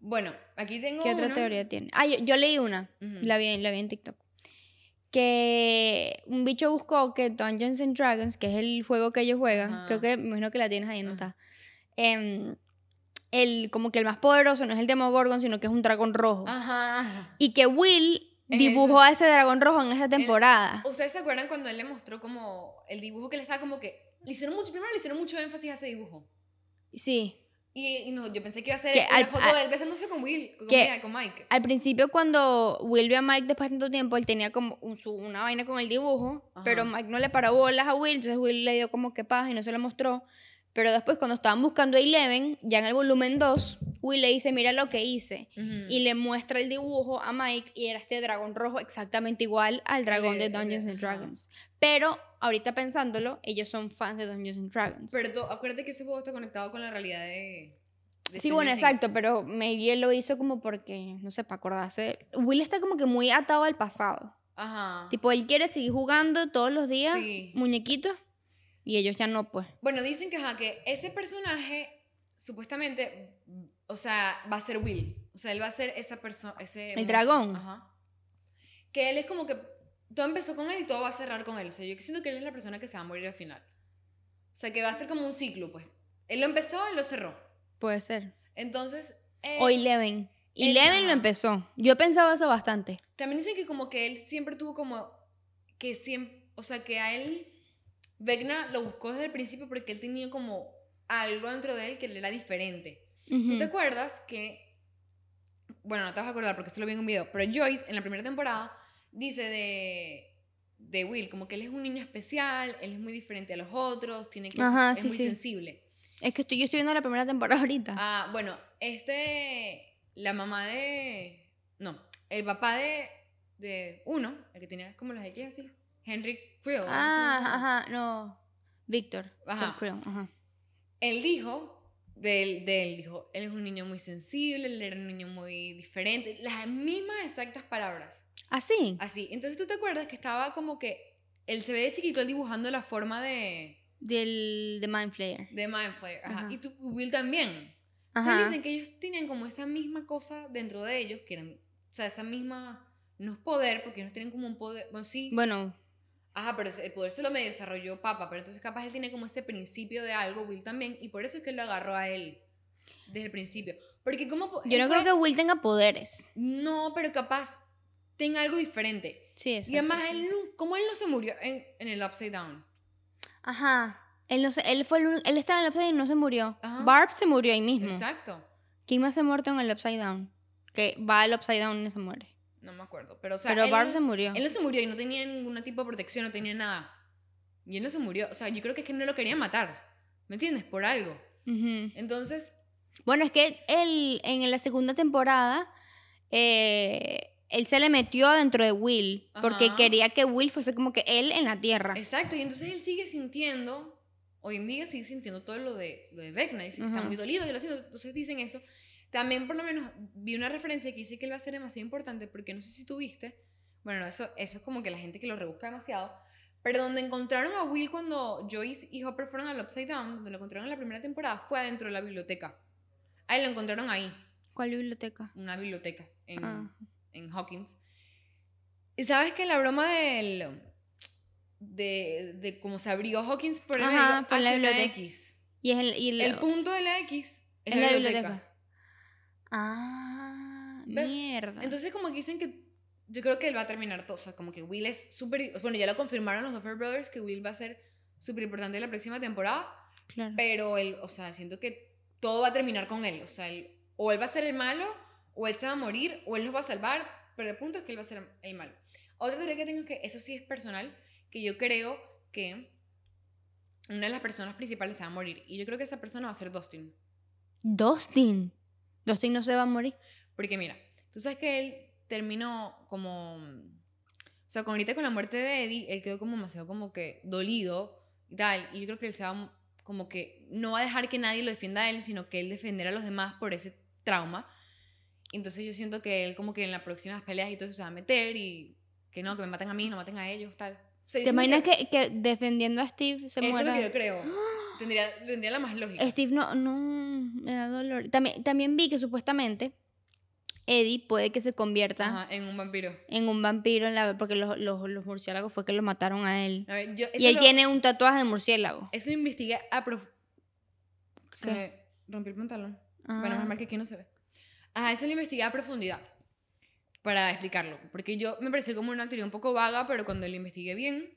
B: Bueno, aquí tengo.
A: ¿Qué otra
B: una-
A: teoría tiene? Ah, yo, yo leí una.
B: Ujú.
A: La vi, en- la vi en TikTok. Que un bicho buscó que Dungeons and Dragons, que es el juego que ellos juegan,
B: Ajá.
A: creo que me imagino que la tienes ahí, no está.
B: Ajá.
A: em, el, como que el más poderoso no es el Demogorgon, sino que es un dragón rojo.
B: Ajá.
A: Y que Will
B: Ah. Es
A: dibujó a ese dragón rojo en esa temporada.
B: ¿Ustedes se acuerdan cuando él le mostró como el dibujo que le estaba como que. Le hicieron mucho, primero le hicieron mucho énfasis a ese dibujo.
A: Sí.
B: Y, y no, yo pensé que iba a ser
A: Que
B: una
A: al-
B: foto
A: a-
B: de él besándose con Will, con,
A: que-
B: mira, con Mike.
A: Al principio cuando Will vio a Mike después de tanto tiempo, él tenía como un- su- una vaina con el dibujo, pero
B: Ajá.
A: Mike no le paró bolas a Will, entonces Will le dio como que paja y no se lo mostró. Pero después cuando estaban buscando a Eleven, ya en el volumen 2, Will le dice, mira lo que hice.
B: Ujú.
A: Y le muestra el dibujo a Mike y era este dragón rojo exactamente igual al dragón
B: de-
A: de
B: el de-
A: Dungeons and
B: ajá.
A: Dragons. Pero ahorita pensándolo, ellos son fans de Dungeons and Dragons.
B: Pero tú- acuérdate que ese juego está conectado con la realidad de. de
A: Sí,
B: Stranger
A: bueno,
B: Things.
A: exacto, pero maybe él lo hizo como porque, no sé, para acordarse. Will está como que muy atado al pasado.
B: Ajá.
A: Tipo, él quiere seguir jugando todos los días,
B: Ah. Sí.
A: muñequitos, y ellos ya no, pues.
B: Bueno, dicen que, ajá, que ese personaje supuestamente, o sea, va a ser Will. O sea, él va a ser esa persona, ese... monstruo.
A: dragón.
B: Ajá. Que él es como que todo empezó con él y todo va a cerrar con él. O sea, yo siento que él es la persona que se va a morir al final. O sea, que va a ser como un ciclo, pues. Él lo empezó, él lo cerró.
A: Puede ser.
B: Entonces... eh, Ah.
A: O Eleven.
B: él-
A: Eleven lo
B: ajá.
A: empezó. Yo he pensado eso bastante.
B: También dicen que como que él siempre tuvo como que siempre, o sea, que a él Vecna lo buscó desde el principio porque él tenía como algo dentro de él que le era diferente. ¿Tú te
A: Ujú.
B: acuerdas que bueno, no te vas a acordar porque esto lo vi en un video, pero Joyce en la primera temporada dice de de Will como que él es un niño especial, él es muy diferente a los otros, tiene que
A: Ajá,
B: es
A: sí,
B: muy
A: sí.
B: sensible.
A: Es que estoy, yo estoy viendo la primera temporada ahorita.
B: Ah, bueno, este, la mamá de, no, el papá de, de uno, el que tenía como las X así, Henry Krill. no sé si
A: Ah,
B: lo saben.
A: ajá, no. Víctor.
B: Ajá.
A: Víctor Creel, ajá.
B: Él dijo, de él, de él dijo, él es un niño muy sensible, él era un niño muy diferente, las mismas exactas palabras,
A: Así.
B: así. Entonces tú te acuerdas que estaba como que, él se ve de chiquito él dibujando la forma de,
A: Del de Mind Flayer.
B: de Mind Flayer, ajá,
A: Ajá.
B: y tú, Will también.
A: Ajá.
B: Se dicen que ellos tenían como esa misma cosa dentro de ellos, que eran, o sea, esa misma, no es poder, porque ellos tienen como un poder, bueno, sí,
A: Bueno,
B: ajá, pero el poder se lo medio desarrolló Papa, pero entonces capaz él tiene como ese principio de algo, Will también, y por eso es que él lo agarró a él desde el principio. Porque como... po-
A: yo
B: él
A: no
B: fue-
A: creo que Will tenga poderes.
B: No, pero capaz tenga algo diferente.
A: Sí,
B: y además,
A: exacto, sí.
B: él, nu- como él no se murió en, en el Upside Down.
A: Ajá. Él, no se- él, fue el uni- él estaba en el Upside Down y no se murió.
B: Ajá.
A: Barb se murió ahí mismo.
B: Exacto.
A: ¿Quién más se ha muerto en el Upside Down? Que va al Upside Down y se muere.
B: No me acuerdo. Pero, o sea,
A: Pero
B: él
A: Barb
B: no-
A: se murió.
B: Él no se murió y no tenía ningún tipo de protección, no tenía nada. Y él no se murió. O sea, yo creo que es que no lo querían matar. ¿Me entiendes? Por algo.
A: Ujú.
B: Entonces,
A: Bueno, es que él en la segunda temporada, eh, él se le metió adentro de Will. Porque
B: Ajá.
A: quería que Will fuese como que él en la tierra.
B: exacto. Y entonces él sigue sintiendo, hoy en día sigue sintiendo todo lo de, lo de Vecna. Dice que está
A: Ajá.
B: muy dolido, yo lo siento. Entonces dicen eso. También, por lo menos, vi una referencia que dice que él va a ser demasiado importante porque no sé si tú viste. Bueno, no, eso, eso es como que la gente que lo rebusca demasiado. Pero donde encontraron a Will cuando Joyce y Hopper fueron al Upside Down, donde lo encontraron en la primera temporada, fue adentro de la biblioteca. A él lo encontraron ahí.
A: ¿Cuál biblioteca?
B: una biblioteca en,
A: Ah.
B: en Hawkins. Y sabes que la broma del. de, de cómo se abrió Hawkins por la,
A: Ajá,
B: bibli-
A: por la
B: hace una
A: biblioteca.
B: X.
A: Y es el... y el-
B: El punto de la X es,
A: es
B: la, biblioteca.
A: Ah,
B: ¿Ves?
A: mierda.
B: Entonces, como que dicen que. Yo creo que él va a terminar todo. O sea, como que Will es súper. Bueno, ya lo confirmaron los Duffer Brothers que Will va a ser súper importante en la próxima temporada.
A: claro.
B: Pero él, o sea, siento que todo va a terminar con él. O sea, él- o él va a ser el malo, o él se va a morir, o él los va a salvar. Pero el punto es que él va a ser el malo. Otra teoría que tengo es que eso sí es personal, que yo creo que una de las personas principales se va a morir. Y yo creo que esa persona va a ser Dustin.
A: Dustin. Dustin no se va a morir.
B: Porque mira, tú sabes que él terminó como... O sea, con ahorita con la muerte de Eddie, él quedó como demasiado como que dolido y tal. Y yo creo que él se va a- como que no va a dejar que nadie lo defienda a él, sino que él defenderá a los demás por ese trauma. Entonces yo siento que él como que en las próximas peleas y todo eso se va a meter y que no, que me maten a mí, no maten a ellos, tal. O sea,
A: ¿Te
B: yo siento
A: imaginas que, que defendiendo a Steve se
B: Eso es lo que
A: muera?
B: yo creo. Tendría, tendría la más lógica.
A: Steve no, no, me da dolor. También, también vi que supuestamente Eddie puede que se convierta
B: Ajá, en un vampiro.
A: en un vampiro en la, porque los, los, los murciélagos fue que los mataron a él.
B: A ver, yo,
A: Y
B: eso
A: él
B: lo-
A: tiene un tatuaje de murciélago.
B: Eso lo investigué a prof... Se
A: ¿Qué?
B: me rompió el pantalón. Bueno,
A: Ah.
B: menos mal que aquí no se ve. Ajá, eso lo investigué a profundidad para explicarlo. Porque yo me pareció como una teoría un poco vaga, pero cuando lo investigué bien.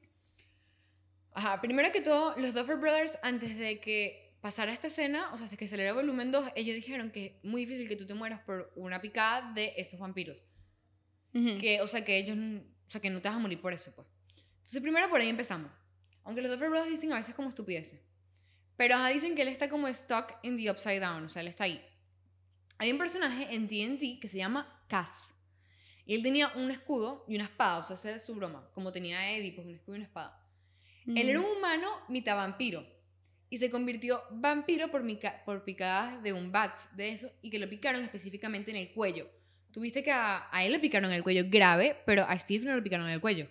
B: Ajá, primero que todo, los Duffer Brothers, antes de que pasara esta escena, o sea, hasta que saliera volumen 2, ellos dijeron que es muy difícil que tú te mueras por una picada de estos vampiros.
A: Ujú.
B: Que, o sea, que ellos, n- o sea, que no te vas a morir por eso, pues. Entonces, primero por ahí empezamos. Aunque los Duffer Brothers dicen a veces como estupideces. Pero ajá, dicen que él está como stuck in the upside down, o sea, él está ahí. Hay un personaje en D&D que se llama Cass. Y él tenía un escudo y una espada, o sea, esa era su broma. Como tenía Eddie, pues un escudo y una espada. Él era un humano mitad vampiro. Y se convirtió vampiro por, mica- por picadas de un bat, de eso, y que lo picaron específicamente en el cuello. Tuviste que a, a él le picaron el cuello grave, pero a Steve no le picaron el cuello.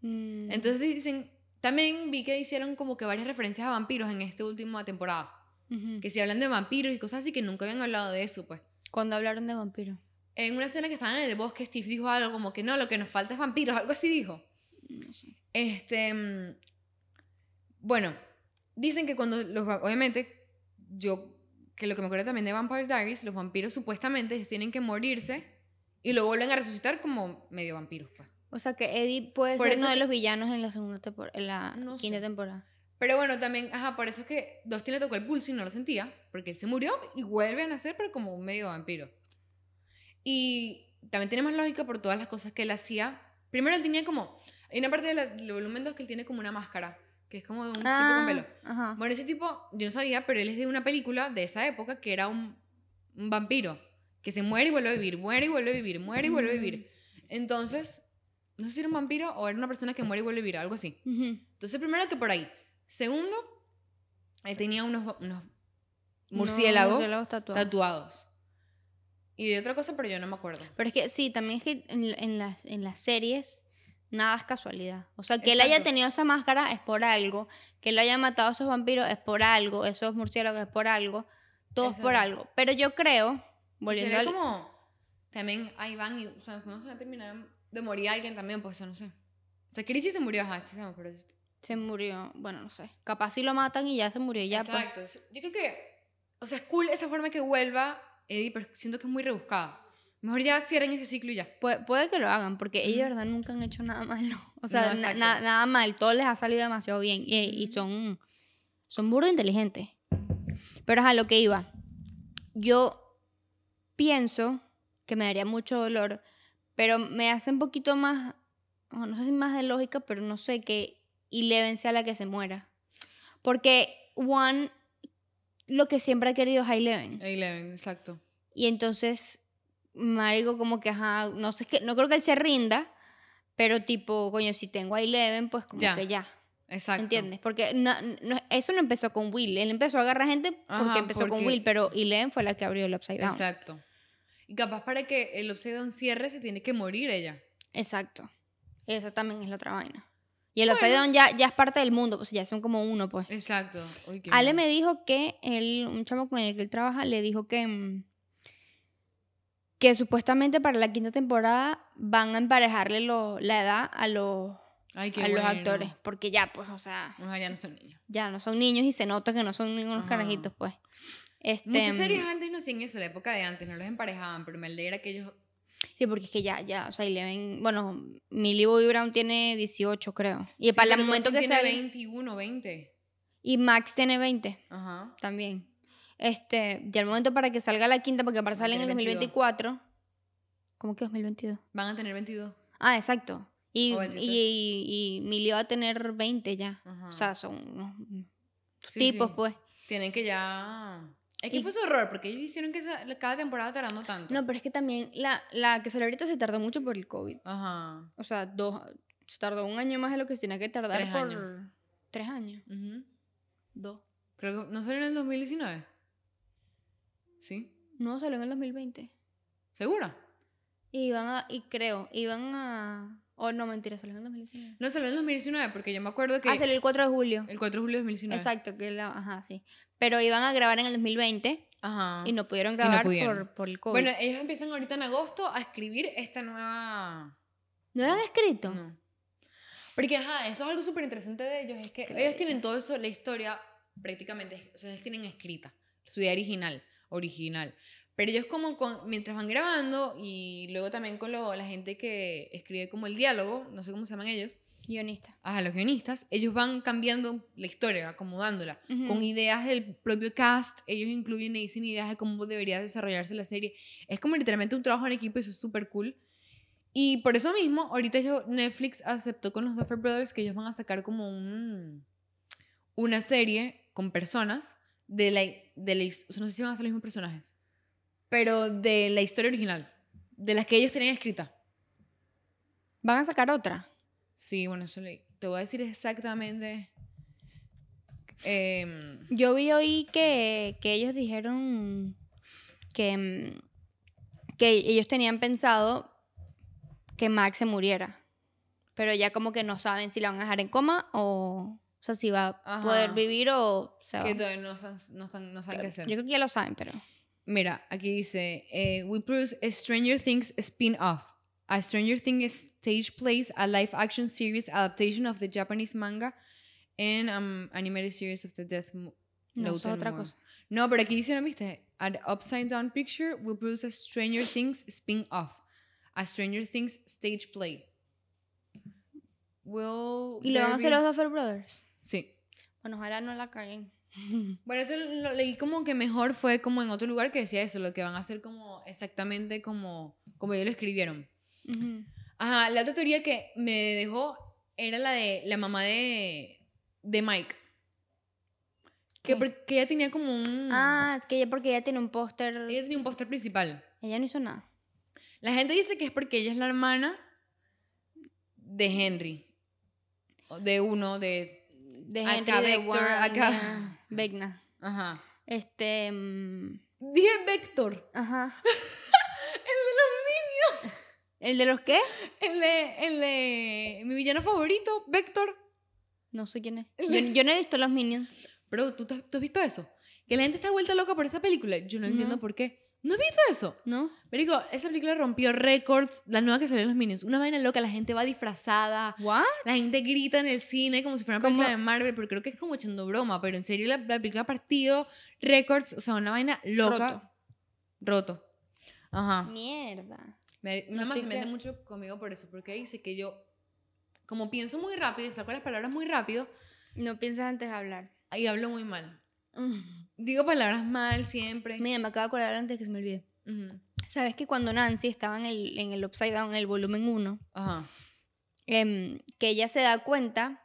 A: Mm.
B: Entonces dicen, también vi que hicieron como que varias referencias a vampiros en esta última temporada.
A: Ujú.
B: Que si hablan de vampiros y cosas así que nunca habían hablado de eso, pues.
A: Cuando hablaron de vampiro.
B: En una escena que estaban en el bosque, Steve dijo algo como que no, lo que nos falta es vampiros, algo así dijo.
A: No sé.
B: Este. mm, Bueno, dicen que cuando los. va- Obviamente, yo. Que lo que me acuerdo también de Vampire Diaries, los vampiros supuestamente ellos tienen que morirse y lo vuelven a resucitar como medio vampiros. pues.
A: O sea que Eddie puede
B: Por
A: ser
B: eso
A: uno de
B: que-
A: los villanos en la segunda temporada, en la
B: No
A: quinta
B: sé.
A: temporada.
B: Pero bueno, también, ajá, por eso es que Dustin le tocó el pulso y no lo sentía, porque él se murió y vuelve a nacer, pero como un medio vampiro. Y también tiene más lógica por todas las cosas que él hacía. Primero él tenía como, hay una parte de la- del volumen 2 que él tiene como una máscara, que es como de un
A: Ah,
B: tipo con pelo.
A: Ajá.
B: Bueno, ese tipo, yo no sabía, pero él es de una película de esa época que era un, un vampiro, que se muere y vuelve a vivir, muere y vuelve a vivir, muere y vuelve a vivir.
A: Mm.
B: Entonces, no sé si era un vampiro o era una persona que muere y vuelve a vivir, algo así.
A: Ujú.
B: Entonces, primero que por ahí. Segundo, él tenía unos, unos murciélagos
A: No, murciélagos tatuados.
B: tatuados. Y de otra cosa, pero yo no me acuerdo.
A: Pero es que sí, también es que en, en las, en las series nada es casualidad. O sea, que él haya
B: Exacto.
A: tenido esa máscara es por algo. Que él haya matado a esos vampiros es por algo. Esos murciélagos es por algo. Todo es por
B: Exacto.
A: algo. Pero yo creo, volviendo
B: Sería
A: al...
B: como. También ahí van y. O sea, no se va a terminar de morir alguien también, pues eso no sé. O sea, Crisis se murió, ajá, sí, se me acuerdo.
A: Se murió, bueno, no sé. Capaz si lo matan y ya se murió y ya. pues.
B: Exacto. Es- Yo creo que, o sea, es cool esa forma que vuelva Eddie, pero siento que es muy rebuscada. Mejor ya cierren ese ciclo y ya.
A: Pu- puede que lo hagan, porque ellos de
B: Ujú.
A: verdad nunca han hecho nada malo. O sea,
B: No,
A: na-
B: exacto.
A: na- nada mal. Todo les ha salido demasiado bien. Y, y
B: Ujú.
A: son, son burdo inteligentes. Pero a lo que iba. Yo pienso que me daría mucho dolor, pero me hace un poquito más, o no sé si más de lógica, pero no sé, que Eleven sea la que se muera. Porque One, lo que siempre ha querido es a Eleven.
B: Eleven, exacto.
A: Y entonces, marico, como que, ajá, no sé, qué- no creo que él se rinda, pero tipo, coño, si tengo a Eleven, pues como
B: Ya,
A: que ya,
B: Exacto.
A: ¿entiendes? Porque no, no- eso no empezó con Will, él empezó a agarrar gente porque
B: Ajá,
A: empezó con
B: porque-
A: Will, pero Eleven fue la que abrió el Upside Down. Exacto.
B: Exacto. Y capaz para que el Upside Down cierre se tiene que morir ella.
A: Esa también es la otra vaina. Y el Upside Down ya, ya es parte del mundo, pues ya son como uno, pues.
B: Exacto. Uy, qué
A: Ale
B: miedo.
A: me dijo que él, un chamo con el que él trabaja le dijo que, mm, que supuestamente para la quinta temporada van a emparejarle lo- la edad a los,
B: Ay, qué
A: a los
B: bueno.
A: actores. Porque ya, pues, o sea,
B: Ajá, ya no son niños.
A: ya no son niños y se nota que no son ningunos
B: Ajá.
A: carajitos, pues. Este,
B: Muchas series
A: mm,
B: antes no hacían eso, la época de antes, no los emparejaban, pero me alegra que ellos.
A: Sí, porque es que ya, ya, o sea, Eleven, bueno, Millie Bobby Brown tiene 18, creo. Y
B: Sí,
A: para el
B: pero
A: momento
B: Dawson
A: que
B: tiene
A: sale...
B: 21, 20.
A: Y Max tiene 20.
B: Ajá.
A: también. Este, ya el momento para que salga la quinta, porque para
B: No,
A: salir en el
B: tiene 22.
A: 2024. ¿Cómo que 2022?
B: Van a tener 22.
A: Ah, exacto. Y,
B: O
A: y,
B: 23.
A: y, y Milly va a tener 20 ya.
B: Ajá.
A: O sea, son unos
B: Sí,
A: tipos,
B: sí.
A: pues.
B: Tienen que ya. Es que
A: Y-
B: fue su error, porque ellos hicieron que esa- cada temporada tardando tanto.
A: No, pero es que también la, la que salió ahorita se tardó mucho por el COVID.
B: Ajá.
A: O sea, dos, se tardó un año más de lo que se tenía que tardar
B: Tres
A: por
B: años.
A: tres años.
B: Ujú.
A: Dos.
B: Creo que. ¿No salió en el 2019? ¿Sí?
A: No, salió en el 2020.
B: ¿Segura?
A: Y iban a, y creo, iban a... Oh, no, mentira, salió en el 2019.
B: No, salió en 2019, porque yo me acuerdo que
A: Ah, salió el 4 de julio.
B: el 4 de julio de 2019.
A: Exacto, que la, ajá, sí. Pero iban a grabar en el 2020
B: Ajá.
A: y no pudieron
B: no
A: grabar
B: pudieron.
A: Por, por el COVID.
B: Bueno, ellos empiezan ahorita en agosto a escribir esta nueva...
A: ¿No lo han escrito?
B: No. Porque, ajá, eso es algo súper interesante de ellos. Es que ellos
A: Increíble.
B: tienen todo eso, la historia prácticamente, o sea, ellos tienen escrita, su idea original, original. Pero ellos como con- mientras van grabando y luego también con lo- la gente que escribe como el diálogo, no sé cómo se llaman ellos,
A: Guionista.
B: ajá, los guionistas, ellos van cambiando la historia, acomodándola.
A: Ujú.
B: Con ideas del propio cast, ellos incluyen y dicen ideas de cómo debería desarrollarse la serie. Es como literalmente un trabajo en equipo, eso es súper cool. Y por eso mismo, ahorita yo- Netflix aceptó con los Duffer Brothers que ellos van a sacar como un, una serie con personas de la, de la his- o sea, no sé si van a ser los mismos personajes, pero de la historia original, de las que ellos tenían escrita.
A: ¿Van a sacar otra?
B: Sí, bueno, eso leí. Te voy a decir exactamente. em,
A: Yo vi hoy que, que ellos dijeron que, mm, que ellos tenían pensado que Max se muriera. Pero ya como que no saben si la van a dejar en coma o... O sea, si va a
B: Ajá.
A: poder vivir o... se va.
B: que todavía no, san- no, san- no saben qué
A: Ah. Eh, Yo
B: hacer.
A: creo que ya lo saben, pero...
B: Mira, aquí dice, eh, we produce a Stranger Things spin-off. A Stranger Things stage plays a live-action series adaptation of the Japanese manga and um, animated series of the Death Mo-
A: No, eso
B: Note
A: es
B: and
A: otra
B: more.
A: cosa.
B: No, pero aquí dice, ¿no viste? An upside down picture will produce a Stranger Things spin-off. A Stranger Things stage play. Will
A: ¿Y lo van a
B: there
A: hacer
B: be-
A: los Duffer Brothers?
B: Sí.
A: Bueno, ojalá no la caguen.
B: Bueno, eso lo leí como que mejor fue como en otro lugar que decía eso, lo que van a hacer como exactamente como, como ellos lo escribieron.
A: Ujú.
B: Ajá, la otra teoría que me dejó era la de la mamá de, de Mike. Que
A: ¿Qué?
B: porque ella tenía como un...
A: Ah, es que ella porque ella tiene un póster.
B: Ella tenía un póster principal.
A: Ella no hizo nada.
B: La gente dice que es porque ella es la hermana de Henry. O De uno, de...
A: De
B: Acá
A: Henry, de
B: Vector,
A: Wanda,
B: acá.
A: Vecna.
B: Ajá.
A: Este. mm,
B: Dije Vector.
A: ajá.
B: El de los
A: ¿El de los qué?
B: El de, el de mi villano favorito, Vector.
A: No sé quién es.
B: El
A: Yo, yo no he visto los Minions.
B: Pero ¿tú, te has- tú has visto eso. Que la gente está vuelta loca por esa película. Yo no
A: No.
B: entiendo por qué. ¿No has visto eso?
A: ¿No?
B: Marico, esa película rompió récords. La nueva que salió en los Minions. Una vaina loca. La gente va disfrazada.
A: ¿What?
B: La gente grita en el cine como si fuera una película
A: ¿Cómo?
B: de Marvel. Pero creo que es como echando broma. Pero en serio, la, la película ha partido récords. O sea, una vaina loca. Roto. Ajá.
A: Mierda.
B: Me- Mi
A: Mm. No
B: mamá se
A: estoy
B: mete
A: clara.
B: mucho conmigo por eso, porque dice que yo, como pienso muy rápido y saco las palabras muy rápido,
A: No piensas antes de hablar.
B: ahí hablo muy mal.
A: Mm.
B: Digo palabras mal siempre.
A: Mira, me acabo de acordar antes que se me olvide.
B: Ujú.
A: ¿Sabes que cuando Nancy estaba en el, en el Upside Down, en el volumen 1,
B: Ajá.
A: em, que ella se da cuenta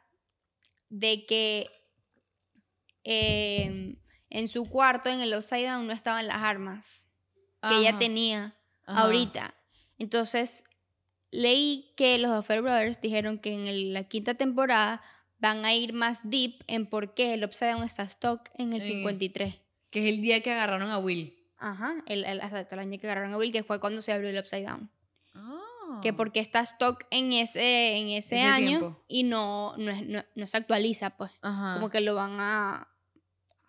A: de que em, en su cuarto, en el Upside Down, no estaban las armas que ella
B: Ajá.
A: tenía
B: Ajá.
A: ahorita. Entonces, leí que los Duffer Brothers dijeron que en el- la quinta temporada van a ir más deep en por qué el Upside Down está stock en el
B: Sí.
A: 53.
B: Que es el día que agarraron a Will.
A: Ajá, el, el, exacto, el año que agarraron a Will, que fue cuando se abrió el Upside Down que
B: Ah.
A: porque está stock en ese, en ese,
B: Ese
A: año
B: tiempo. Ah.
A: y no, no, es- no- no se actualiza, pues.
B: Ajá.
A: Como que lo van a,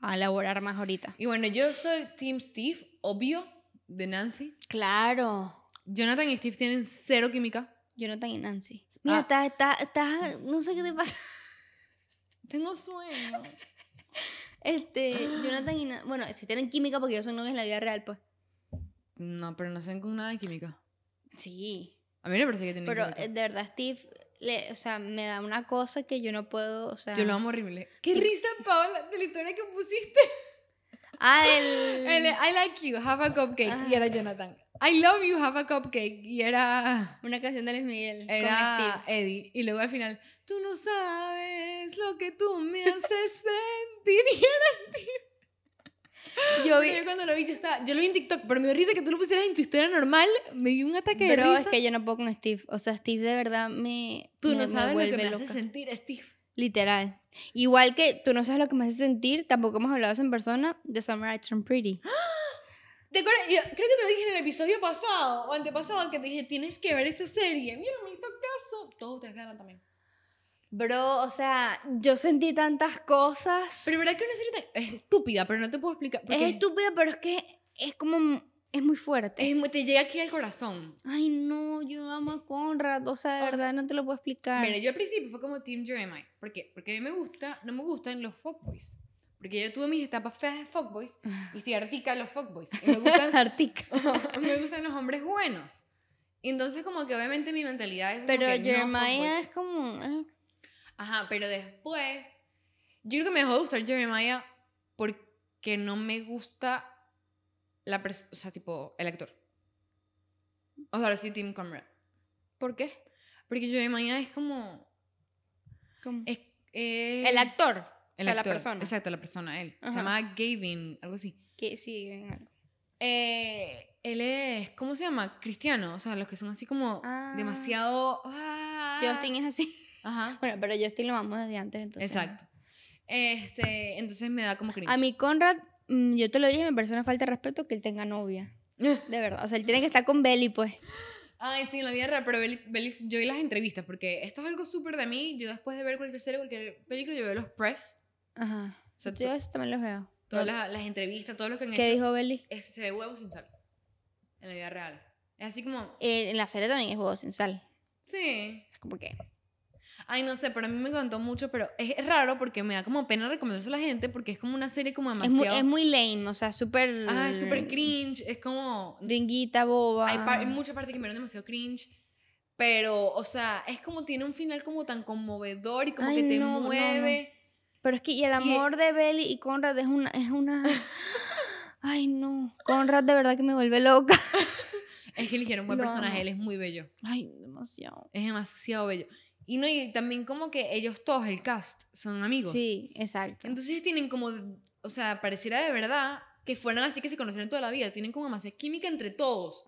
A: a elaborar más ahorita.
B: Y bueno, yo soy Team Steve, obvio, de Nancy.
A: Claro.
B: Jonathan y Steve tienen cero química.
A: Jonathan y Nancy. Mira,
B: Ah.
A: está, está, está- no sé qué te pasa.
B: Tengo sueño.
A: Este, Jonathan y Nancy, bueno, si tienen química porque ellos son novios en la vida real, pues.
B: no, pero no saben con nada de química.
A: Sí.
B: A mí me parece que tienen
A: Pero
B: química.
A: eh, de verdad, Steve, le, o sea, me da una cosa que yo no puedo, o sea.
B: Yo lo amo horrible. Qué risa, Paola, de la historia que pusiste.
A: Ah, el...
B: El, I like you, have a cupcake. Y era Jonathan. I love you, have a cupcake. Y era,
A: Una canción de Luis Miguel con
B: era
A: Steve.
B: Eddie. Y luego al final, tú no sabes lo que tú me haces sentir. Y era
A: Yo
B: Yo cuando lo vi, yo, estaba, yo lo vi en TikTok, pero me dio risa que tú lo pusieras en tu historia normal. Me dio un ataque de
A: Pero
B: risa.
A: es que yo no puedo con Steve. O sea, Steve de verdad me.
B: tú
A: me-
B: no
A: me
B: sabes lo que
A: vuelve
B: me hace
A: loca.
B: sentir, Steve.
A: Literal. Igual que tú no sabes lo que me hace sentir, tampoco hemos hablado eso en persona de Summer I Turned Pretty.
B: ¿Te acuerdas? Yo creo que te lo dije en el episodio pasado o antepasado que te dije, tienes que ver esa serie. Mira, me hizo caso. Todos ustedes veanla también.
A: Bro, o sea, yo sentí tantas cosas.
B: Pero verdad que es una serie tan- es estúpida, pero no te puedo explicar.
A: es
B: porque
A: estúpida, pero es que es como. Es muy fuerte.
B: es muy- te llega aquí al corazón.
A: Ay, no, yo amo a Conrad. O sea, de
B: O sea,
A: verdad no te lo puedo explicar.
B: Mira, yo al principio fue como Team Jeremiah. ¿Por qué? Porque a mí me gusta, no me gustan los fuckboys. Porque yo tuve mis etapas feas de fuckboys y estoy hartica de los fuckboys. Y me gustan,
A: Artica.
B: me gustan los hombres buenos. Y Entonces, como que obviamente mi mentalidad es. como
A: Pero
B: que no
A: Jeremiah
B: fuckboys.
A: es como. eh,
B: Ajá, pero después. Yo creo que me dejó de gustar Jeremiah porque no me gusta la persona. O sea, tipo, el actor. O sea, ahora sí, Tim Conrad.
A: ¿Por qué?
B: Porque Jeremiah es como.
A: Como-
B: Es, eh,
A: el actor. o
B: el
A: sea, la
B: actor,
A: persona.
B: Exacto, la persona, él. Se
A: Ajá.
B: llama Gavin, algo así.
A: Que sí, en algo.
B: Eh, él es, ¿cómo se llama? Cristiano, o sea, los que son así como
A: Ah.
B: demasiado... ah.
A: Justin es así.
B: Ajá,
A: Bueno, pero Justin lo amamos desde antes, entonces.
B: exacto. Este, entonces me da como cringe.
A: A mí Conrad, mm, yo te lo dije, me parece una falta de respeto que él tenga novia. De verdad. O sea, él tiene que estar con Belly, pues.
B: Ay, sí, en la vida real, pero Beli- Belis- yo vi las entrevistas, porque esto es algo súper de mí. Yo después de ver cualquier serie, cualquier película, yo veo los press,
A: Ajá.
B: O sea,
A: yo
B: to-
A: eso también los veo.
B: todas
A: No,
B: las, las entrevistas, todo lo que han
A: ¿Qué
B: hecho.
A: dijo Belly?
B: es- se ve huevo sin sal. En la vida real. Es así como,
A: Eh, en la serie también es huevo sin sal.
B: sí,
A: Es como que.
B: Ay, no sé, pero a mí me encantó mucho, pero es es raro porque me da como pena recomendarse a la gente porque es como una serie como
A: Es muy,
B: demasiado...
A: es muy lame, o sea, súper.
B: Ah, es súper cringe, es como...
A: Ringuita, boba.
B: Hay, par- hay mucha parte que me da demasiado cringe, pero, o sea, es como tiene un final como tan conmovedor y como
A: Ay,
B: que te
A: no, no, no.
B: mueve.
A: Pero es que y el amor de Belly y Conrad es una. Es una... Ay, no. Conrad de verdad que me vuelve loca.
B: Es que eligieron un buen
A: Lo
B: personaje,
A: amo.
B: él es muy bello,
A: Ay, demasiado.
B: es demasiado bello. Y no, y también como que ellos todos, el cast, son amigos.
A: Sí, exacto.
B: Entonces tienen como, o sea, pareciera de verdad que fueran así que se conocieron toda la vida. Tienen como demasiada química entre todos.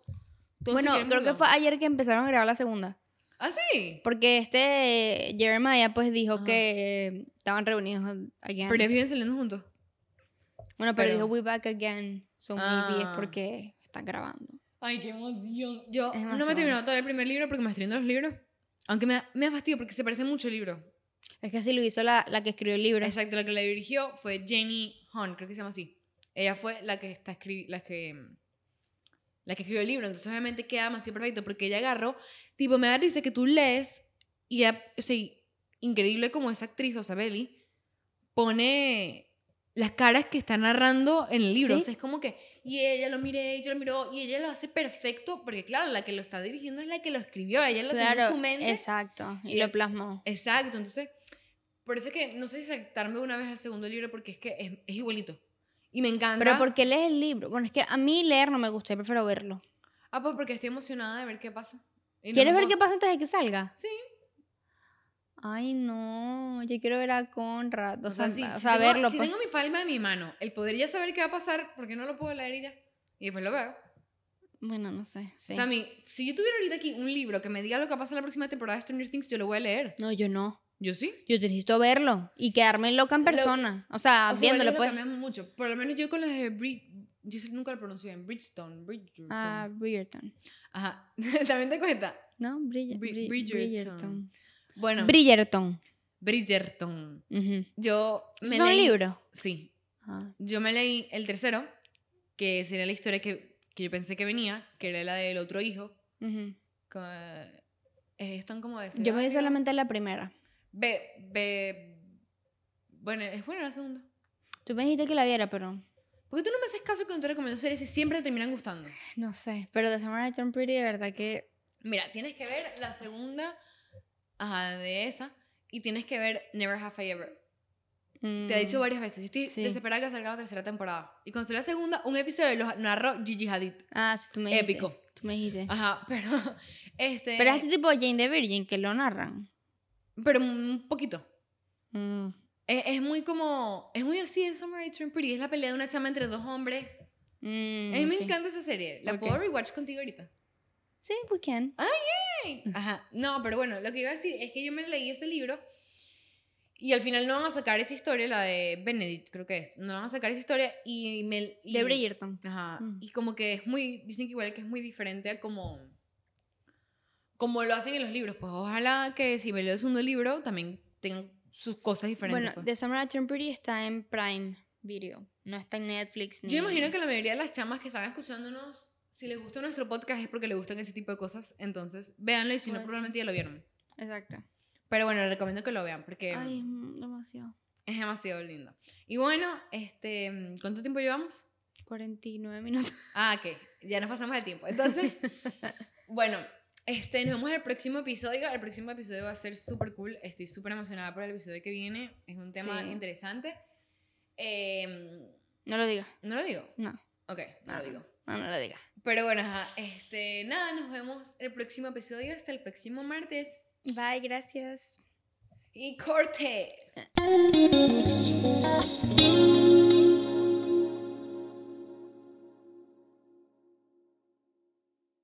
B: Todos se
A: bueno,
B: quieren
A: creo que
B: burlar.
A: fue ayer que empezaron a grabar la segunda.
B: ¿Ah, sí?
A: Porque este eh, Jeremiah pues dijo
B: Ajá.
A: que eh, estaban reunidos again.
B: Ah. Pero ellos viven saliendo juntos.
A: bueno, pero
B: pero-
A: dijo we back again. So maybe es
B: Ah.
A: porque están grabando.
B: Ay, qué emoción. Yo
A: Es
B: no me he
A: demasiado.
B: terminado todavía el primer libro porque me estoy leyendo los libros. Aunque me da, me da fastidio porque se parece mucho el libro.
A: Es que así lo hizo la, la que escribió el libro.
B: Exacto, la que la dirigió fue Jenny Hahn, creo que se llama así. Ella fue la que está escribi- la que la que escribió el libro, entonces obviamente queda demasiado perfecto porque ella agarró, tipo me da risa que tú lees y ella- o sea, y- increíble como esa actriz, o sea, Belly, pone las caras que está narrando en el libro,
A: Sí.
B: o sea, es como que y ella lo miré, y yo lo miró y ella lo hace perfecto porque claro, la que lo está dirigiendo es la que lo escribió, ella lo tiene en
A: Claro,
B: su mente.
A: exacto. Y
B: Y-
A: lo plasmó.
B: Exacto, entonces, por eso es que no sé si saltarme una vez al segundo libro porque es que es, es igualito. Y me encanta.
A: Pero porque lees el libro. Bueno, es que a mí leer no me gusta, yo prefiero verlo.
B: Ah, pues porque estoy emocionada de ver qué pasa. Y no
A: ¿Quieres
B: me
A: ver qué
B: puedo-
A: pasa antes de que salga?
B: Sí.
A: Ay, no. Yo quiero ver a Conrad. O, sea,
B: si-
A: o
B: si
A: sea,
B: tengo-
A: verlo.
B: Si
A: pues.
B: tengo mi palma de mi mano, el poder ya saber qué va a pasar, porque no lo puedo leer y ya. Y después lo veo.
A: Bueno, no sé. sí.
B: O sea, mi- si yo tuviera ahorita aquí un libro que me diga lo que pasa en la próxima temporada de Stranger Things, yo lo voy a leer.
A: No, yo no.
B: Yo sí.
A: Yo necesito verlo y quedarme loca en
B: Lo-
A: persona. o sea,
B: O sea, igual
A: viéndolo
B: ellos lo
A: pues.
B: cambian mucho. Por lo menos yo con los de Brid- Yo sí nunca lo pronuncio bien. Bridgestone. Bridgerton.
A: Ah, Bridgerton.
B: Ajá. También te cuenta.
A: No, Bridger-
B: Bri-
A: Bri-
B: Bridgerton.
A: Bridgerton.
B: Bueno.
A: Bridgerton.
B: Bridgerton.
A: Ujú.
B: Yo
A: ¿Esos son
B: leí-
A: libros?
B: Sí.
A: Ah.
B: Yo me leí el tercero, que sería la historia que, que yo pensé que venía, que era la del otro hijo.
A: Ujú.
B: que, eh, ellos están como de... esa
A: Yo
B: edad,
A: me vi
B: creo.
A: solamente la primera.
B: Ve, ve... Bueno, es buena la segunda.
A: Tú me dijiste que la viera, pero
B: ¿Por qué tú no me haces caso cuando te recomiendo series y siempre te terminan gustando?
A: no sé. Pero The Samurai Turned Pretty, de verdad que.
B: Mira, tienes que ver la segunda, ajá, de esa, y tienes que ver Never Have I Ever.
A: mm,
B: Te he dicho varias veces, yo estoy
A: Sí.
B: desesperada que salga la tercera temporada. Y cuando esté la segunda, un episodio lo narró Gigi Hadid.
A: Ah, sí, tú me dijiste.
B: Épico. Ah,
A: Tú me dijiste.
B: Ajá, pero este
A: Pero es así tipo Jane the Virgin, que lo narran.
B: pero un poquito.
A: Mm.
B: Es, es muy como es muy así de Summer I Turned Pretty, es la pelea de una chama entre dos hombres.
A: Mm,
B: A mí me
A: ok.
B: encanta esa serie. La
A: Ok.
B: puedo rewatch contigo ahorita.
A: Sí, we can.
B: Ah, Ey, Ajá. No, pero bueno, lo que iba a decir es que yo me leí ese libro Y al final no van a sacar esa historia, la de Benedict, creo que es. No van a sacar esa historia y... Mel, y
A: De Bridgerton.
B: Ajá.
A: Mm.
B: Y como que es muy, dicen que igual que es muy diferente a como, como lo hacen en los libros. Pues ojalá que si me leo el segundo libro también tengan sus cosas
A: Bueno,
B: diferentes. pues.
A: The Summer I Turned Pretty está en Prime Video. No está en Netflix.
B: Yo
A: ni-
B: imagino que la mayoría de las chamas que están escuchándonos, si les gusta nuestro podcast es porque les gustan ese tipo de cosas. Entonces, véanlo y si no,
A: Puede ser.
B: probablemente ya lo vieron.
A: Exacto.
B: Pero bueno, les recomiendo que lo vean porque
A: Ay, es demasiado.
B: es demasiado lindo. Y bueno, este, ¿cuánto tiempo llevamos?
A: 49 minutos.
B: Ah, ok. Ya nos pasamos del tiempo. Entonces, bueno, este, nos vemos en el próximo episodio. El próximo episodio va a ser súper cool. Estoy súper emocionada por el episodio que viene. Es un tema
A: Sí.
B: interesante. Em,
A: No lo digas.
B: no lo digo.
A: No, Ah.
B: Ok, no lo digo.
A: no, no lo digas.
B: Pero bueno, ajá, este, nada, nos vemos el próximo episodio. Hasta el próximo martes.
A: Bye, gracias.
B: Y corte.